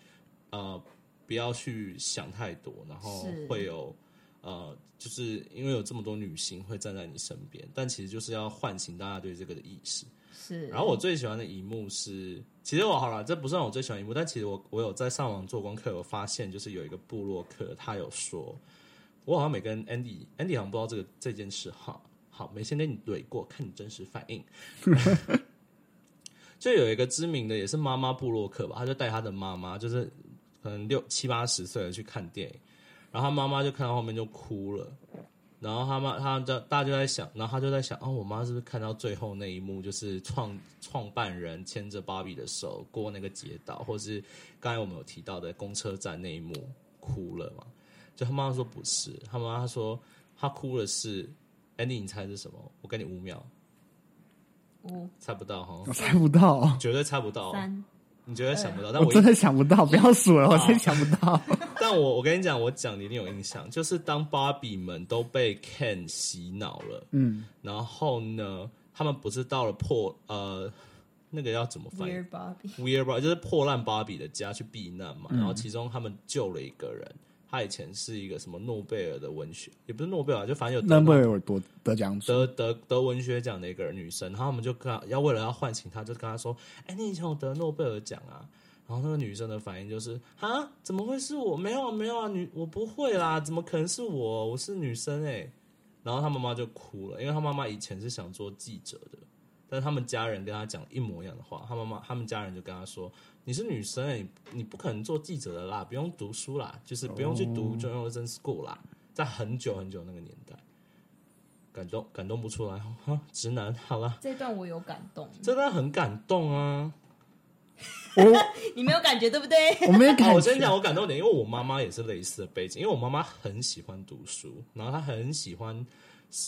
[SPEAKER 1] 呃，不要去想太多，然后
[SPEAKER 2] 是
[SPEAKER 1] 会有。呃，就是因为有这么多女性会站在你身边，但其实就是要唤醒大家对这个的意识。
[SPEAKER 2] 是，
[SPEAKER 1] 然后我最喜欢的一幕是，其实我好了，这不算我最喜欢的一幕，但其实我我有在上网做功课，有发现就是有一个部落客，他有说，我好像没跟 Andy Andy 好像不知道这个这件事哈，好，没先跟你怼过，看你真实反应。 就有一个知名的也是妈妈部落客吧，他就带他的妈妈，就是可能六七八十岁的去看电影，然后他妈妈就看到后面就哭了。然后他妈，他就大家就在想，然后他就在想，哦，我妈是不是看到最后那一幕，就是创创办人牵着芭比的手过那个街道，或是刚才我们有提到的公车站那一幕哭了嘛？就他妈妈说不是，他妈妈说她哭的是 Andy，你猜是什么？我给你五秒，
[SPEAKER 2] 五
[SPEAKER 1] 猜不到哈
[SPEAKER 3] 国，我，猜不到，
[SPEAKER 1] 绝对猜不到，
[SPEAKER 2] 三
[SPEAKER 1] 你绝对想不到。但
[SPEAKER 3] 我
[SPEAKER 1] 我啊
[SPEAKER 3] 真的想不到，不要数了，我真想 不到。
[SPEAKER 1] 但我我跟你讲，我讲你一定有印象，就是当芭比们都被 Ken 洗脑了。
[SPEAKER 3] 嗯，
[SPEAKER 1] 然后呢，他们不是到了破呃那个要怎么翻译
[SPEAKER 2] Weird Bobby，
[SPEAKER 1] ？Weird Bar 就是破烂芭比的家去避难嘛。然后其中他们救了一个人，他以前是一个什么诺贝尔的文学，也不是诺贝尔，就反正有
[SPEAKER 3] 那
[SPEAKER 1] 得
[SPEAKER 3] 贝尔多得奖者，
[SPEAKER 1] 得得得文学奖的一个女生，然后他们就跟她要为了要唤醒她，就跟她说：“哎、你以前有得诺贝尔奖啊？”然后那个女生的反应就是：“啊，怎么会是我？没有啊没有啊，女我不会啦，怎么可能是我？我是女生哎、然后她妈妈就哭了，因为她妈妈以前是想做记者的，但是他们家人跟她讲一模一样的话，她妈妈他们家人就跟她说：“你是女生、欸，你你不可能做记者的啦，不用读书啦，就是不用去读 journalism school 啦。”在很久很久那个年代，感动感动不出来，哈，直男，好啦，
[SPEAKER 2] 这段我有感动，
[SPEAKER 1] 真的很感动啊！
[SPEAKER 3] 我
[SPEAKER 2] 你没有感觉对不对？
[SPEAKER 3] 我没有感
[SPEAKER 1] 啊，
[SPEAKER 3] 觉。
[SPEAKER 1] 我先讲我感动点，因为我妈妈也是类似的背景，因为我妈妈很喜欢读书，然后她很喜欢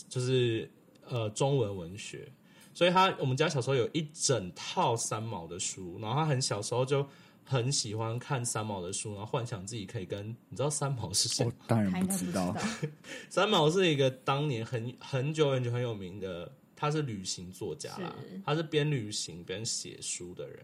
[SPEAKER 1] 就是呃中文文学，所以他我们家小时候有一整套三毛的书，然后他很小时候就很喜欢看三毛的书，然后幻想自己可以跟你知道三毛是谁
[SPEAKER 3] 我？当然
[SPEAKER 2] 他应该不
[SPEAKER 3] 知
[SPEAKER 2] 知道。
[SPEAKER 1] 三毛是一个当年很很久很久很有名的，他是旅行作家啦，
[SPEAKER 2] 是
[SPEAKER 1] 他是边旅行边写书的人。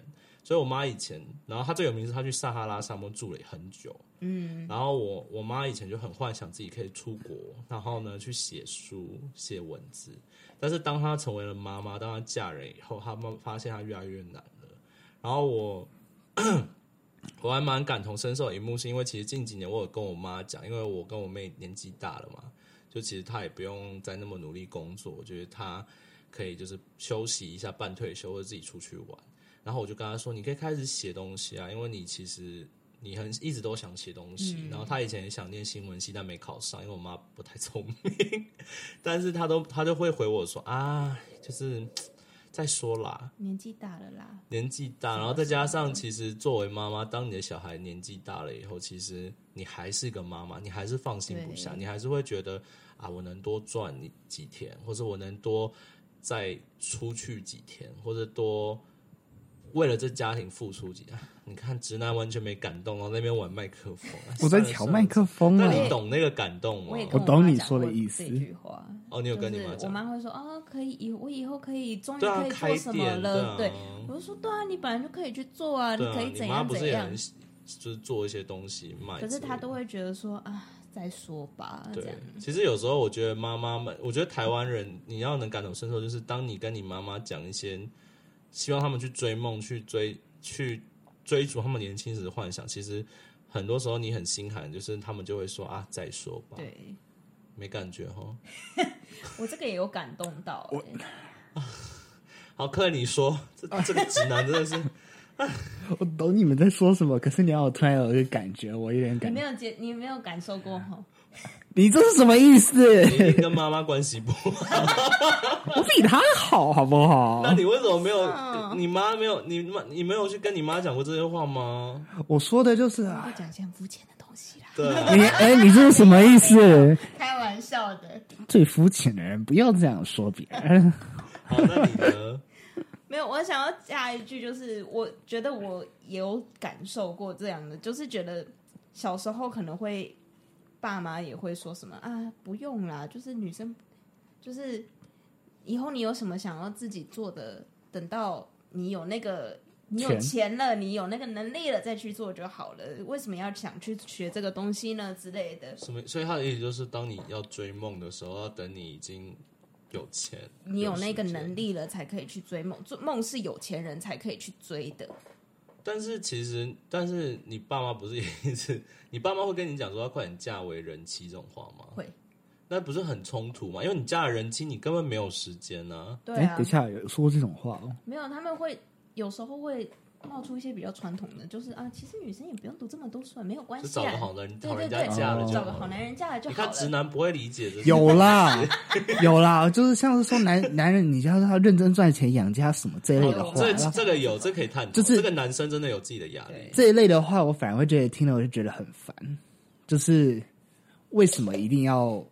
[SPEAKER 1] 所以我妈以前，然后她最有名是她去撒哈拉沙漠住了很久，嗯，然后我我妈以前就很幻想自己可以出国，然后呢去写书写文字，但是当她成为了妈妈，当她嫁人以后，她妈发现她越来越难了。然后我 我还蛮感同身受的一幕，是因为其实近几年我有跟我妈讲，因为我跟我妹年纪大了嘛，就其实她也不用再那么努力工作，我觉得她可以就是休息一下，半退休或者自己出去玩。然后我就跟她说，你可以开始写东西啊，因为你其实你很一直都想写东西。然后她以前也想念新闻系，但没考上，因为我妈不太聪明。 但是她都她就会回我说啊，就是再说啦，
[SPEAKER 2] 年纪大了啦，
[SPEAKER 1] 年纪大，然后再加上其实作为妈妈，当你的小孩年纪大了以后，其实你还是个妈妈，你还是放心不下，
[SPEAKER 2] 对
[SPEAKER 1] 你还是会觉得啊，我能多赚你几天，或者我能多再出去几天，或者多为了这家庭付出几天。你看直男完全没感动，然哦后在那边玩麦克风，啊
[SPEAKER 3] 我在调麦克风啊
[SPEAKER 1] 那，你懂那个感动吗
[SPEAKER 2] 嗯我也？跟
[SPEAKER 3] 我
[SPEAKER 2] 妈
[SPEAKER 3] 懂你
[SPEAKER 2] 讲
[SPEAKER 3] 说的
[SPEAKER 2] 过
[SPEAKER 3] 意思
[SPEAKER 2] 这句话。
[SPEAKER 1] 哦，你有跟你妈
[SPEAKER 2] 就是我
[SPEAKER 1] 讲？
[SPEAKER 2] 妈会说哦，可以，以我以后可以，终于
[SPEAKER 1] 对啊
[SPEAKER 2] 可以
[SPEAKER 1] 开
[SPEAKER 2] 做什么
[SPEAKER 1] 店对
[SPEAKER 2] 了。
[SPEAKER 1] 啊
[SPEAKER 2] 对，我就说对啊，你本来就可以去做啊，
[SPEAKER 1] 对
[SPEAKER 2] 可
[SPEAKER 1] 啊，
[SPEAKER 2] 以
[SPEAKER 1] 你
[SPEAKER 2] 怎
[SPEAKER 1] 妈
[SPEAKER 2] 样
[SPEAKER 1] 不是
[SPEAKER 2] 怎
[SPEAKER 1] 也
[SPEAKER 2] 样
[SPEAKER 1] 很。就是做一些东西卖之类
[SPEAKER 2] 可
[SPEAKER 1] 的？
[SPEAKER 2] 是她都会觉得说啊，再说吧，这
[SPEAKER 1] 对
[SPEAKER 2] 样，
[SPEAKER 1] 其实有时候我觉得妈妈们，我觉得台湾人你要能感同身受，就是当你跟你妈妈讲一些希望他们去追梦、去追、去追逐他们年轻时的幻想，其实很多时候你很心寒，就是他们就会说啊，再说吧，
[SPEAKER 2] 对。
[SPEAKER 1] 没感觉哦哈。
[SPEAKER 2] 我这个也有感动到、欸，
[SPEAKER 1] 好，克你说这这个直男真的是，
[SPEAKER 3] 我懂你们在说什么，可是你要我突然有一个感觉，我有点
[SPEAKER 2] 你
[SPEAKER 3] 感
[SPEAKER 2] 没，有接，你没有感受
[SPEAKER 1] 哎
[SPEAKER 2] 过哈？
[SPEAKER 3] 你这是什么意思？
[SPEAKER 1] 你一定跟妈妈关系不好，
[SPEAKER 3] 我比他好，好不好
[SPEAKER 1] 那？你为什么没
[SPEAKER 2] 哦
[SPEAKER 1] 有？你妈没有？你妈你没有去跟你妈讲过这些话吗？
[SPEAKER 3] 我说的就是
[SPEAKER 2] 我
[SPEAKER 3] 啊
[SPEAKER 2] 不，讲一些很肤浅的东西啦，
[SPEAKER 1] 对啊，
[SPEAKER 3] 你哎、 你这是什么意思？
[SPEAKER 2] 开玩笑的。
[SPEAKER 3] 最肤浅的人不要这样说别人。
[SPEAKER 1] 好，那你呢？
[SPEAKER 2] 没有，我想要加一句，就是我觉得我也有感受过这样的，就是觉得小时候可能会爸妈也会说什么啊，不用啦，就是女生，就是以后你有什么想要自己做的，等到你有那个。你有
[SPEAKER 3] 钱
[SPEAKER 2] 钱了，你有那个能力了，再去做就好了。为什么要想去学这个东西呢？之类的，
[SPEAKER 1] 什么？所以他的意思就是，当你要追梦的时候，要等你已经有钱，
[SPEAKER 2] 你有那个
[SPEAKER 1] 时间
[SPEAKER 2] 能。力了，才可以去追梦。做梦是有钱人才可以去追的。
[SPEAKER 1] 但是其实，但是你爸妈不是也 一直，你爸妈会跟你讲说要快点嫁为人妻这种话吗？
[SPEAKER 2] 会，
[SPEAKER 1] 那不是很冲突吗？因为你嫁了人妻，你根本没有时间啊。
[SPEAKER 2] 对
[SPEAKER 3] 哎、
[SPEAKER 2] 啊，
[SPEAKER 3] 等一下，有说过这种话哦？
[SPEAKER 2] 没有，他们会有时候会冒出一些比较传统的，就是啊，其实女生也不用读这么多书，没有关
[SPEAKER 1] 就
[SPEAKER 2] 系
[SPEAKER 1] 找个
[SPEAKER 2] 啊。
[SPEAKER 1] 好人，
[SPEAKER 2] 对
[SPEAKER 1] 好
[SPEAKER 2] 对
[SPEAKER 1] 人家
[SPEAKER 2] 对，
[SPEAKER 1] 嫁了就
[SPEAKER 2] 找个
[SPEAKER 1] 好
[SPEAKER 2] 好
[SPEAKER 1] 了。
[SPEAKER 2] 男人嫁了就
[SPEAKER 1] 你
[SPEAKER 2] 好
[SPEAKER 1] 看
[SPEAKER 2] 了。
[SPEAKER 1] 直男不会理解这些，
[SPEAKER 3] 有啦，有啦，就是像是说男男人，你要他认真赚钱养家什么这一类的话，
[SPEAKER 1] 哦这
[SPEAKER 3] 然后
[SPEAKER 1] 这个有，这可以探讨。
[SPEAKER 3] 就是
[SPEAKER 1] 这个男生真的有自己的压力
[SPEAKER 2] 对，
[SPEAKER 3] 这一类的话，我反而会觉得听了我就觉得很烦，就是为什么一定要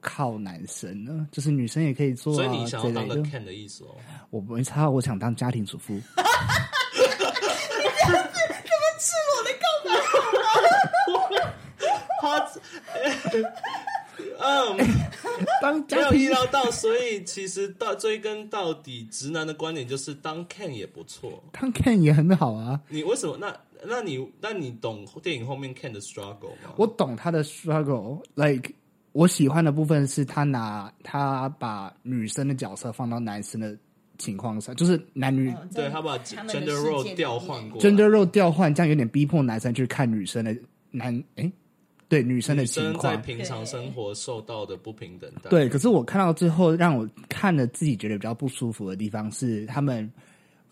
[SPEAKER 3] 靠男生呢？就是女生也可以做、
[SPEAKER 1] 所
[SPEAKER 3] 啊，
[SPEAKER 1] 以你想
[SPEAKER 3] 这
[SPEAKER 1] 要当
[SPEAKER 3] 类
[SPEAKER 1] 个
[SPEAKER 3] 的。
[SPEAKER 1] Ken 的意思哦。
[SPEAKER 3] 我没差，我想当家庭 主妇。
[SPEAKER 1] 他，嗯，
[SPEAKER 3] 当
[SPEAKER 1] 没
[SPEAKER 3] 家
[SPEAKER 1] 有
[SPEAKER 3] 庭
[SPEAKER 1] 意料到，所以其实到追根到底，直男的观点就是当 Ken 也不错。
[SPEAKER 3] 当 Ken 也很好啊，
[SPEAKER 1] 你为什么？那那你那你懂电影后面 Ken 的 struggle 吗？
[SPEAKER 3] 我懂他的 struggle，like 我喜欢的部分是他拿他把女生的角色放到男生的情况上，就是男女
[SPEAKER 2] 哦在
[SPEAKER 1] 对他把
[SPEAKER 2] 他们的
[SPEAKER 1] gender
[SPEAKER 2] 世界里
[SPEAKER 1] role
[SPEAKER 2] 面
[SPEAKER 1] 调换过来，
[SPEAKER 3] gender role 调换，这样有点逼迫男生去看女生的男诶，对女生的
[SPEAKER 1] 女
[SPEAKER 3] 情
[SPEAKER 1] 生在
[SPEAKER 3] 况。
[SPEAKER 1] 平常生活受到的不平等待。
[SPEAKER 3] 对，可是我看到最后，让我看了自己觉得比较不舒服的地方是，他们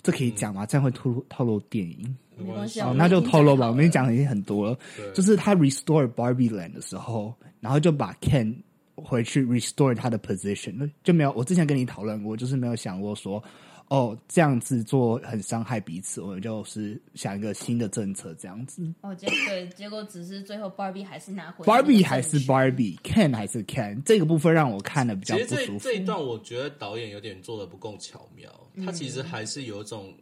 [SPEAKER 3] 这可以讲吗？这样会透露透露电影
[SPEAKER 2] 没关系啊
[SPEAKER 3] 哦
[SPEAKER 2] 我，们
[SPEAKER 3] 那
[SPEAKER 2] 已
[SPEAKER 3] 就
[SPEAKER 2] 经
[SPEAKER 3] 透
[SPEAKER 2] 讲
[SPEAKER 3] 露
[SPEAKER 2] 好
[SPEAKER 3] 吧。我们
[SPEAKER 2] 了
[SPEAKER 3] 已经讲的已经很多了，
[SPEAKER 1] 对
[SPEAKER 3] 就是他 restore Barbie Land 的时候，然后就把 Ken 回去 restore 他的 position，就没有。我之前跟你讨论过，就是没有想过说，哦，这样子做很伤害彼此，我们就是想一个新的政策，这样子。
[SPEAKER 2] 哦，结对，结果只是最后 Barbie 还是拿回
[SPEAKER 3] Barbie 还是
[SPEAKER 2] 芭
[SPEAKER 3] Barbie，Ken 还是 Ken，这个部分让我看的比较
[SPEAKER 1] 其实
[SPEAKER 3] 不
[SPEAKER 1] 这
[SPEAKER 3] 舒服
[SPEAKER 1] 这。一段，我觉得导演有点做的不够巧妙，
[SPEAKER 2] 嗯
[SPEAKER 1] 他其实还是有一种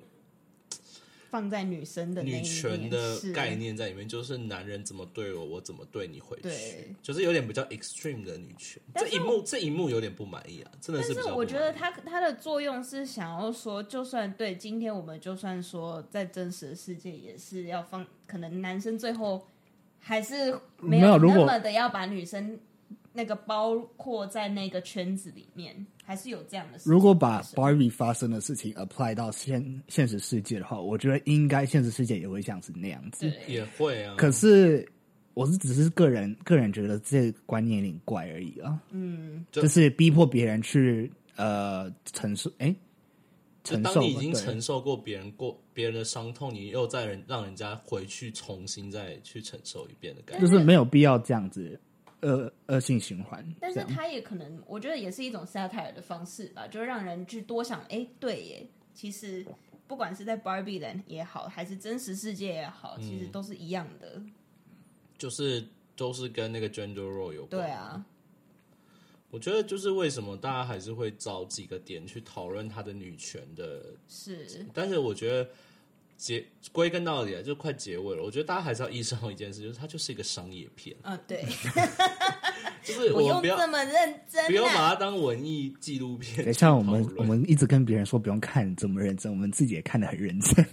[SPEAKER 2] 放在女生的那一
[SPEAKER 1] 女
[SPEAKER 2] 面
[SPEAKER 1] 权的
[SPEAKER 2] 是
[SPEAKER 1] 概念在里面，就是男人怎么对我，我怎么对你回去
[SPEAKER 2] 对，
[SPEAKER 1] 就是有点比较 extreme 的女权。
[SPEAKER 2] 但
[SPEAKER 1] 这
[SPEAKER 2] 是
[SPEAKER 1] 一幕这一幕有点不满意啊，真的
[SPEAKER 2] 但
[SPEAKER 1] 比
[SPEAKER 2] 是
[SPEAKER 1] 较不满意。
[SPEAKER 2] 我觉得它它的作用是想要说，就算对今天我们就算说在真实的世界也是要放，可能男生最后还是没
[SPEAKER 3] 没有如
[SPEAKER 2] 那
[SPEAKER 3] 果
[SPEAKER 2] 么的要把女生那个包括在那个圈子里面，还是有这样的事情发生。
[SPEAKER 3] 如果把 Barbie 发生的事情 apply 到现现实世界的话，我觉得应该现实世界也会像是那样子。
[SPEAKER 2] 对
[SPEAKER 1] 也会啊，
[SPEAKER 3] 可是我是只是个人个人觉得这个观念有点怪而已啊，
[SPEAKER 2] 嗯，
[SPEAKER 1] 就
[SPEAKER 3] 就是逼迫别人去呃承受，哎、
[SPEAKER 1] 就
[SPEAKER 3] 承受
[SPEAKER 1] 当你已经
[SPEAKER 3] 对
[SPEAKER 1] 承受过别人过别人的伤痛，你又再人让人家回去重新再去承受一遍的
[SPEAKER 2] 嗯
[SPEAKER 1] 感觉。
[SPEAKER 3] 就是没有必要这样子恶恶性循环。
[SPEAKER 2] 但
[SPEAKER 3] 这
[SPEAKER 2] 是
[SPEAKER 3] 样
[SPEAKER 2] 他也可能，我觉得也是一种 satire 的方式吧，就让人去多想，哎，对耶，其实不管是在 Barbie 人也好，还是真实世界也好，其实
[SPEAKER 3] 嗯
[SPEAKER 2] 都是一样的。
[SPEAKER 1] 就是都是跟那个 gender role 有关。
[SPEAKER 2] 对，啊，
[SPEAKER 1] 我觉得就是为什么大家还是会找几个点去讨论他的女权的，
[SPEAKER 2] 是
[SPEAKER 1] 但是我觉得结归根到底啊，就快结尾了。我觉得大家还是要意识到一件事，就是它就是一个商业片，
[SPEAKER 2] 啊， 对，
[SPEAKER 1] 就是
[SPEAKER 2] 不
[SPEAKER 1] 我们
[SPEAKER 2] 用
[SPEAKER 1] 不要
[SPEAKER 2] 这么认
[SPEAKER 1] 不
[SPEAKER 2] 真啊
[SPEAKER 1] 用把
[SPEAKER 2] 啦。
[SPEAKER 1] 它当文艺纪录 片
[SPEAKER 3] 等一
[SPEAKER 1] 去
[SPEAKER 3] 下，
[SPEAKER 1] 讨
[SPEAKER 3] 我们
[SPEAKER 1] 论
[SPEAKER 3] 我们一直跟别人说不用看这么认真，我们自己也看得很认真。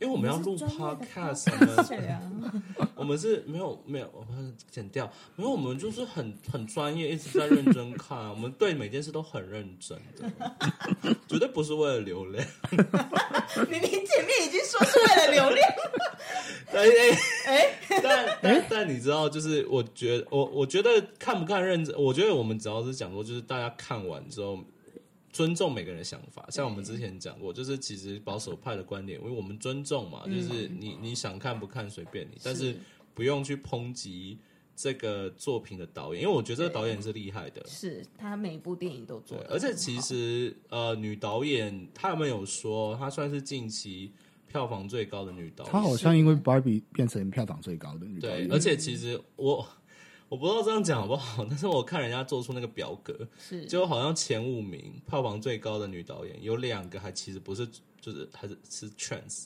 [SPEAKER 1] 因为我们要
[SPEAKER 2] 是
[SPEAKER 1] 录
[SPEAKER 2] 专业的
[SPEAKER 1] podcast，我们
[SPEAKER 2] 是啊，
[SPEAKER 1] 我们是没有没有，我们剪掉，没有，我们就是很很专业，一直在认真看，我们对每件事都很认真的， 绝对不是为了流泪。
[SPEAKER 2] 明明前面已经说是为了流量，
[SPEAKER 1] 哎哎哎，但但但你知道，就是我觉得我我觉得看不看认真，我觉得我们只要是讲说，就是大家看完之后。尊重每个人的想法，像我们之前讲过，就是其实保守派的观点，因为我们尊重嘛，就是你你想看不看随便你，但是不用去抨击这个作品的导演，因为我觉得这个导演是厉害的。
[SPEAKER 2] 是他每一部电影都做
[SPEAKER 1] 对
[SPEAKER 2] 得，很好，
[SPEAKER 1] 而且其实呃，女导演他们有说，她算是近期票房最高的女导演。
[SPEAKER 3] 她好像因为 Barbie 变成票房最高的女导
[SPEAKER 1] 哦对，
[SPEAKER 3] 演，
[SPEAKER 1] 而且其实我 我不知道这样讲好不好，但是我看人家做出那个表格，
[SPEAKER 2] 是
[SPEAKER 1] 就好像前五名票房最高的女导演有两个还其实不是，就是还是是 trans。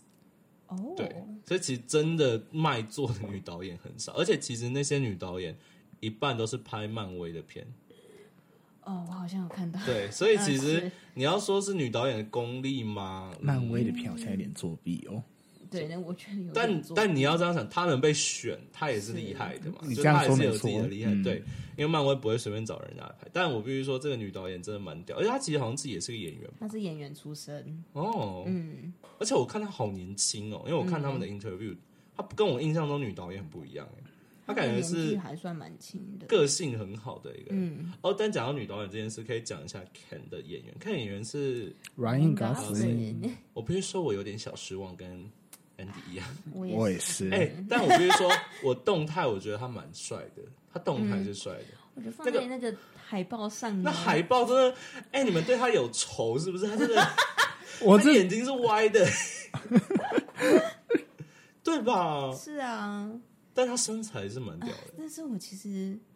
[SPEAKER 2] 哦，
[SPEAKER 1] 对，所以其实真的卖座的女导演很少，而且其实那些女导演一半都是拍漫威的片，
[SPEAKER 2] 哦，我好像有看到，
[SPEAKER 1] 对，所以其实
[SPEAKER 2] 嗯是
[SPEAKER 1] 你要说是女导演的功力吗？
[SPEAKER 3] 漫威的片好像有点作弊哦。
[SPEAKER 2] 对，那我觉得有
[SPEAKER 1] 但
[SPEAKER 2] 点做
[SPEAKER 1] 但你要这样想，他能被选，他也是厉害的嘛，
[SPEAKER 3] 你
[SPEAKER 1] 就
[SPEAKER 3] 这样
[SPEAKER 1] 他也
[SPEAKER 3] 说
[SPEAKER 1] 是
[SPEAKER 3] 没
[SPEAKER 1] 有自己
[SPEAKER 3] 错
[SPEAKER 1] 的厉害，
[SPEAKER 3] 嗯
[SPEAKER 1] 对，因为漫威不会随便找人家来拍。但我必须说，这个女导演真的蛮屌，而且她其实好像自己也是个演员
[SPEAKER 2] 他是演员出身，
[SPEAKER 1] 哦，
[SPEAKER 2] 嗯，
[SPEAKER 1] 而且我看她好年轻哦，因为我看他们的 interview，她跟我印象中女导演很不一样哎，她感觉
[SPEAKER 2] 的年纪
[SPEAKER 1] 是
[SPEAKER 2] 还算蛮轻的，
[SPEAKER 1] 个性很好的一个人。
[SPEAKER 2] 嗯，
[SPEAKER 1] 哦，但讲到女导演这件事，可以讲一下 Ken 的演员，Ken 演员是
[SPEAKER 3] Ryan
[SPEAKER 1] 斯
[SPEAKER 3] Gosling，
[SPEAKER 2] Gosling
[SPEAKER 1] 我必须说我有点小失望，跟 Andy 一样。
[SPEAKER 2] 我
[SPEAKER 3] 我
[SPEAKER 2] 也
[SPEAKER 3] 也
[SPEAKER 2] 是，
[SPEAKER 3] 是。
[SPEAKER 1] 哎、但我必须说，我动态我觉得他蛮帅的，他动
[SPEAKER 2] 嗯
[SPEAKER 1] 态是帅的。
[SPEAKER 2] 我觉得放
[SPEAKER 1] 那个
[SPEAKER 2] 在那个海报上面，
[SPEAKER 1] 那海报真的，哎、你们对他有仇是不是？他 真的，
[SPEAKER 3] 我
[SPEAKER 1] 他
[SPEAKER 3] 这
[SPEAKER 1] 眼睛是歪的， 对吧？
[SPEAKER 2] 是啊，
[SPEAKER 1] 但他身材是蛮屌的。
[SPEAKER 2] 但是我其实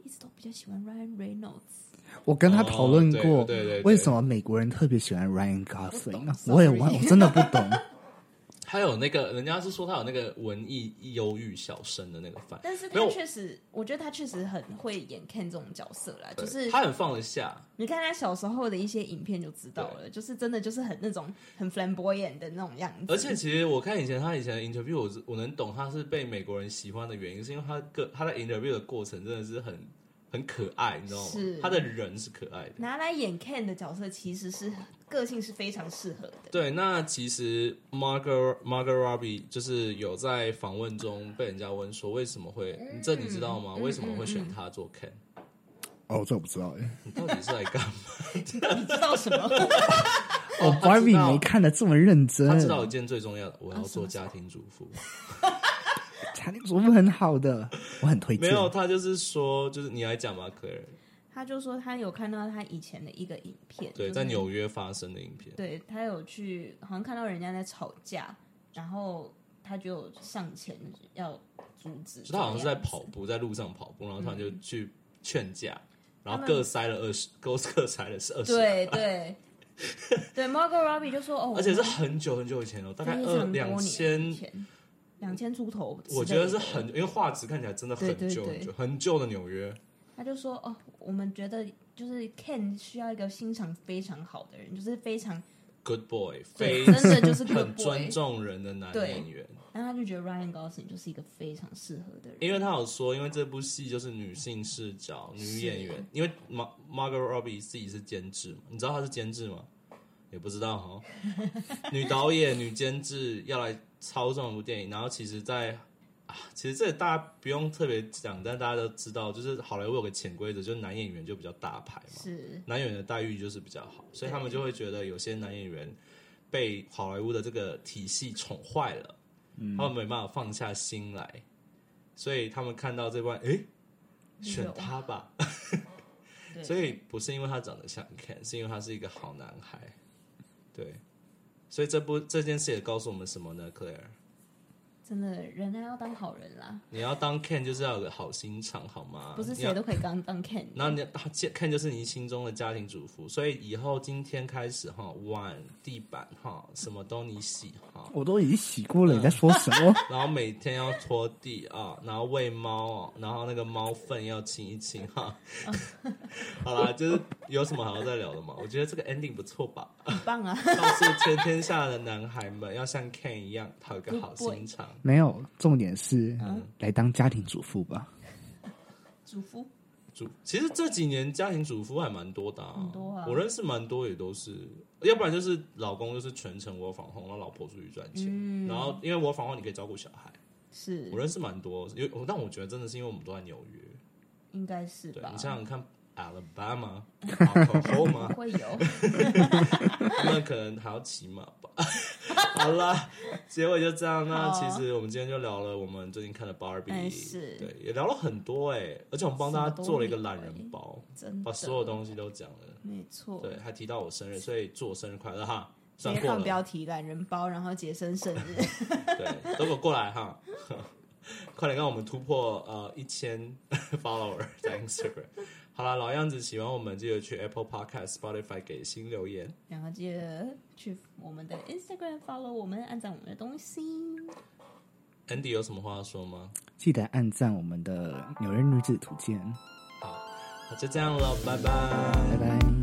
[SPEAKER 2] 一直都比较喜欢 Ryan Reynolds，
[SPEAKER 3] 我跟他讨论过
[SPEAKER 1] 哦，对对对对哦
[SPEAKER 3] 为什么美国人特别喜欢 Ryan Gosling 呢？
[SPEAKER 2] sorry
[SPEAKER 3] 我也我我真的不 懂。
[SPEAKER 1] 还有那个，人家是说他有那个文艺忧郁小生的那个范，
[SPEAKER 2] 但是
[SPEAKER 1] 没
[SPEAKER 2] 他
[SPEAKER 1] 有
[SPEAKER 2] 确实，我觉得他确实很会演 Ken 这种角色啦，
[SPEAKER 1] 对
[SPEAKER 2] 就是
[SPEAKER 1] 他很放得下，
[SPEAKER 2] 你看他小时候的一些影片就知道了，就是真的就是很那种很 flamboyant 的那种样子，
[SPEAKER 1] 而且其实我看以前他以前的 interview，我是我能懂他是被美国人喜欢的原因，是因为他个他在 interview 的过程真的是很很可爱，你知道吗
[SPEAKER 2] 是？
[SPEAKER 1] 他的人是可爱的。
[SPEAKER 2] 拿来演 Ken 的角色其实是个性是非常适合的，
[SPEAKER 1] 对，那其实 Margot Margot Robbie 就是有在访问中被人家问说为什么会，
[SPEAKER 2] 嗯
[SPEAKER 1] 这你知道吗？为什么会选他做 Ken？
[SPEAKER 3] 哦，这我不知道哎。
[SPEAKER 1] 你到底是来干 嘛？
[SPEAKER 2] 你知道什 么？
[SPEAKER 3] 哦
[SPEAKER 1] 他知
[SPEAKER 3] ，Barbie
[SPEAKER 1] 道
[SPEAKER 3] 没看的这么认真。
[SPEAKER 1] 他知道一件最重要的，我要
[SPEAKER 2] 啊哦什
[SPEAKER 1] 做
[SPEAKER 2] 么
[SPEAKER 1] 家庭主妇。
[SPEAKER 3] 家庭主妇很好的，我很推
[SPEAKER 1] 没
[SPEAKER 3] 荐。
[SPEAKER 1] 有，他就是说，就是你来讲吧，可 a
[SPEAKER 2] 他就说他有看到他以前的一个影片，
[SPEAKER 1] 对，
[SPEAKER 2] 就是
[SPEAKER 1] 在纽约发生的影片，
[SPEAKER 2] 对他有去，好像看到人家在吵架，然后他就上前要阻止。
[SPEAKER 1] 就他好像是在跑
[SPEAKER 2] 这样
[SPEAKER 1] 步，在路上跑步，然后他就去劝架，然后
[SPEAKER 2] 他们
[SPEAKER 1] 各塞了二十，各各塞了是二十，
[SPEAKER 2] 子。嗯对对对，Margot Robbie 就说哦，
[SPEAKER 1] 而且是很久很久以前哦，大
[SPEAKER 2] 我
[SPEAKER 1] 概
[SPEAKER 2] 们非
[SPEAKER 1] 二
[SPEAKER 2] 常
[SPEAKER 1] 两
[SPEAKER 2] 多年
[SPEAKER 1] 千
[SPEAKER 2] 以，前，两千出头之类的。
[SPEAKER 1] 我觉得是很，因为画质看起来真的很
[SPEAKER 2] 对对
[SPEAKER 1] 旧很
[SPEAKER 2] 对
[SPEAKER 1] 旧很旧的纽约，
[SPEAKER 2] 他就说：“哦，我们觉得就是 Ken 需要一个欣赏非常好的人，就是非常
[SPEAKER 1] Good Boy，非
[SPEAKER 2] 对，真的就是 good
[SPEAKER 1] 很
[SPEAKER 2] boy
[SPEAKER 1] 尊重人的男
[SPEAKER 2] 对
[SPEAKER 1] 演员，
[SPEAKER 2] 然后他就觉得 Ryan Gosling 就是一个非常适合的人。
[SPEAKER 1] 因为他有说，因为这部戏就是女性视角，女演员，因为 Mar Margot Robbie 自己是监制嘛，你知道她是监制吗？也不知道 哈。女导演、女监制要来操纵一部电影，然后其实在，啊，其实这里大家不用特别讲，但大家都知道，就是好莱坞有个潜规则，就是男演员就比较大牌嘛，
[SPEAKER 2] 是
[SPEAKER 1] 男演员的待遇就是比较好，所以他们就会觉得有些男演员被好莱坞的这个体系宠坏了，他们没办法放下心来，所以他们看到这关，诶，选他吧。
[SPEAKER 2] 对
[SPEAKER 1] 所以不是因为他长得像 Ken，是因为他是一个好男孩。对，所以这部这件事也告诉我们什么呢，Claire？
[SPEAKER 2] 真的人还要当好人啦，
[SPEAKER 1] 你要当 Ken 就是要有个好心肠，好吗？
[SPEAKER 2] 不是
[SPEAKER 1] 啊你要
[SPEAKER 2] 谁都可以 当当 Ken 的。
[SPEAKER 1] 然后你他看就是你心中的家庭主妇，所以以后今天开始哈，碗、地板哈，什么都你洗哈，
[SPEAKER 3] 我都已经洗过了，你在说什 么？
[SPEAKER 1] 然后每天要拖地啊，然后喂猫哦，然后那个猫粪要清一清 哈。好啦，就是有什么还要再聊的吗？我觉得这个 ending 不错吧，
[SPEAKER 2] 很棒 啊！
[SPEAKER 1] 告诉全天下的男孩们，要像 Ken 一样，他有一个好心肠。
[SPEAKER 3] 没有，重点是、
[SPEAKER 1] 嗯
[SPEAKER 3] 来当家庭主妇吧。
[SPEAKER 2] 主妇
[SPEAKER 1] 主其实这几年家庭主妇还蛮多的、
[SPEAKER 2] 很多啊
[SPEAKER 1] 哦我认识蛮多也都是，要不然就是老公就是全程我防控，让老婆出去赚钱，
[SPEAKER 2] 嗯
[SPEAKER 1] 然后因为我防控你可以照顾小孩，
[SPEAKER 2] 是
[SPEAKER 1] 我认识蛮多，有但我觉得真的是因为我们都在纽约，
[SPEAKER 2] 应该是
[SPEAKER 1] 对
[SPEAKER 2] 吧？
[SPEAKER 1] 你想想看，Alabama、Oklahoma，
[SPEAKER 2] 不 会有
[SPEAKER 1] 他们可能还要骑马吧。 好啦，结尾就这样。那
[SPEAKER 2] 好
[SPEAKER 1] 其实我们今天就聊了我们最近看的 Barbie，、
[SPEAKER 2] 哎是
[SPEAKER 1] 对，也聊了很多哎、而且我们帮大家做了一个懒人包，
[SPEAKER 2] 真
[SPEAKER 1] 把
[SPEAKER 2] 的，
[SPEAKER 1] 所有东西都讲了。
[SPEAKER 2] 没错。
[SPEAKER 1] 对，还提到我生日，所以祝我生日快乐哈！
[SPEAKER 2] 直
[SPEAKER 1] 算
[SPEAKER 2] 接
[SPEAKER 1] 过
[SPEAKER 2] 放
[SPEAKER 1] 了，
[SPEAKER 2] 标题“懒人包”，然后杰森生日，
[SPEAKER 1] 对，都给我过来哈！ 快点让我们突破呃一千 follower 在 Instagram。好啦，老样子，喜欢我们记得去 Apple Podcast、Spotify 给新留言。
[SPEAKER 2] 然后记得去我们的 Instagram follow 我们，按赞我们的东西。
[SPEAKER 1] Andy 有什么话要说吗？
[SPEAKER 3] 记得按赞我们的《纽约女子图鉴》，
[SPEAKER 1] 好，那就这样了，拜拜
[SPEAKER 3] 拜拜。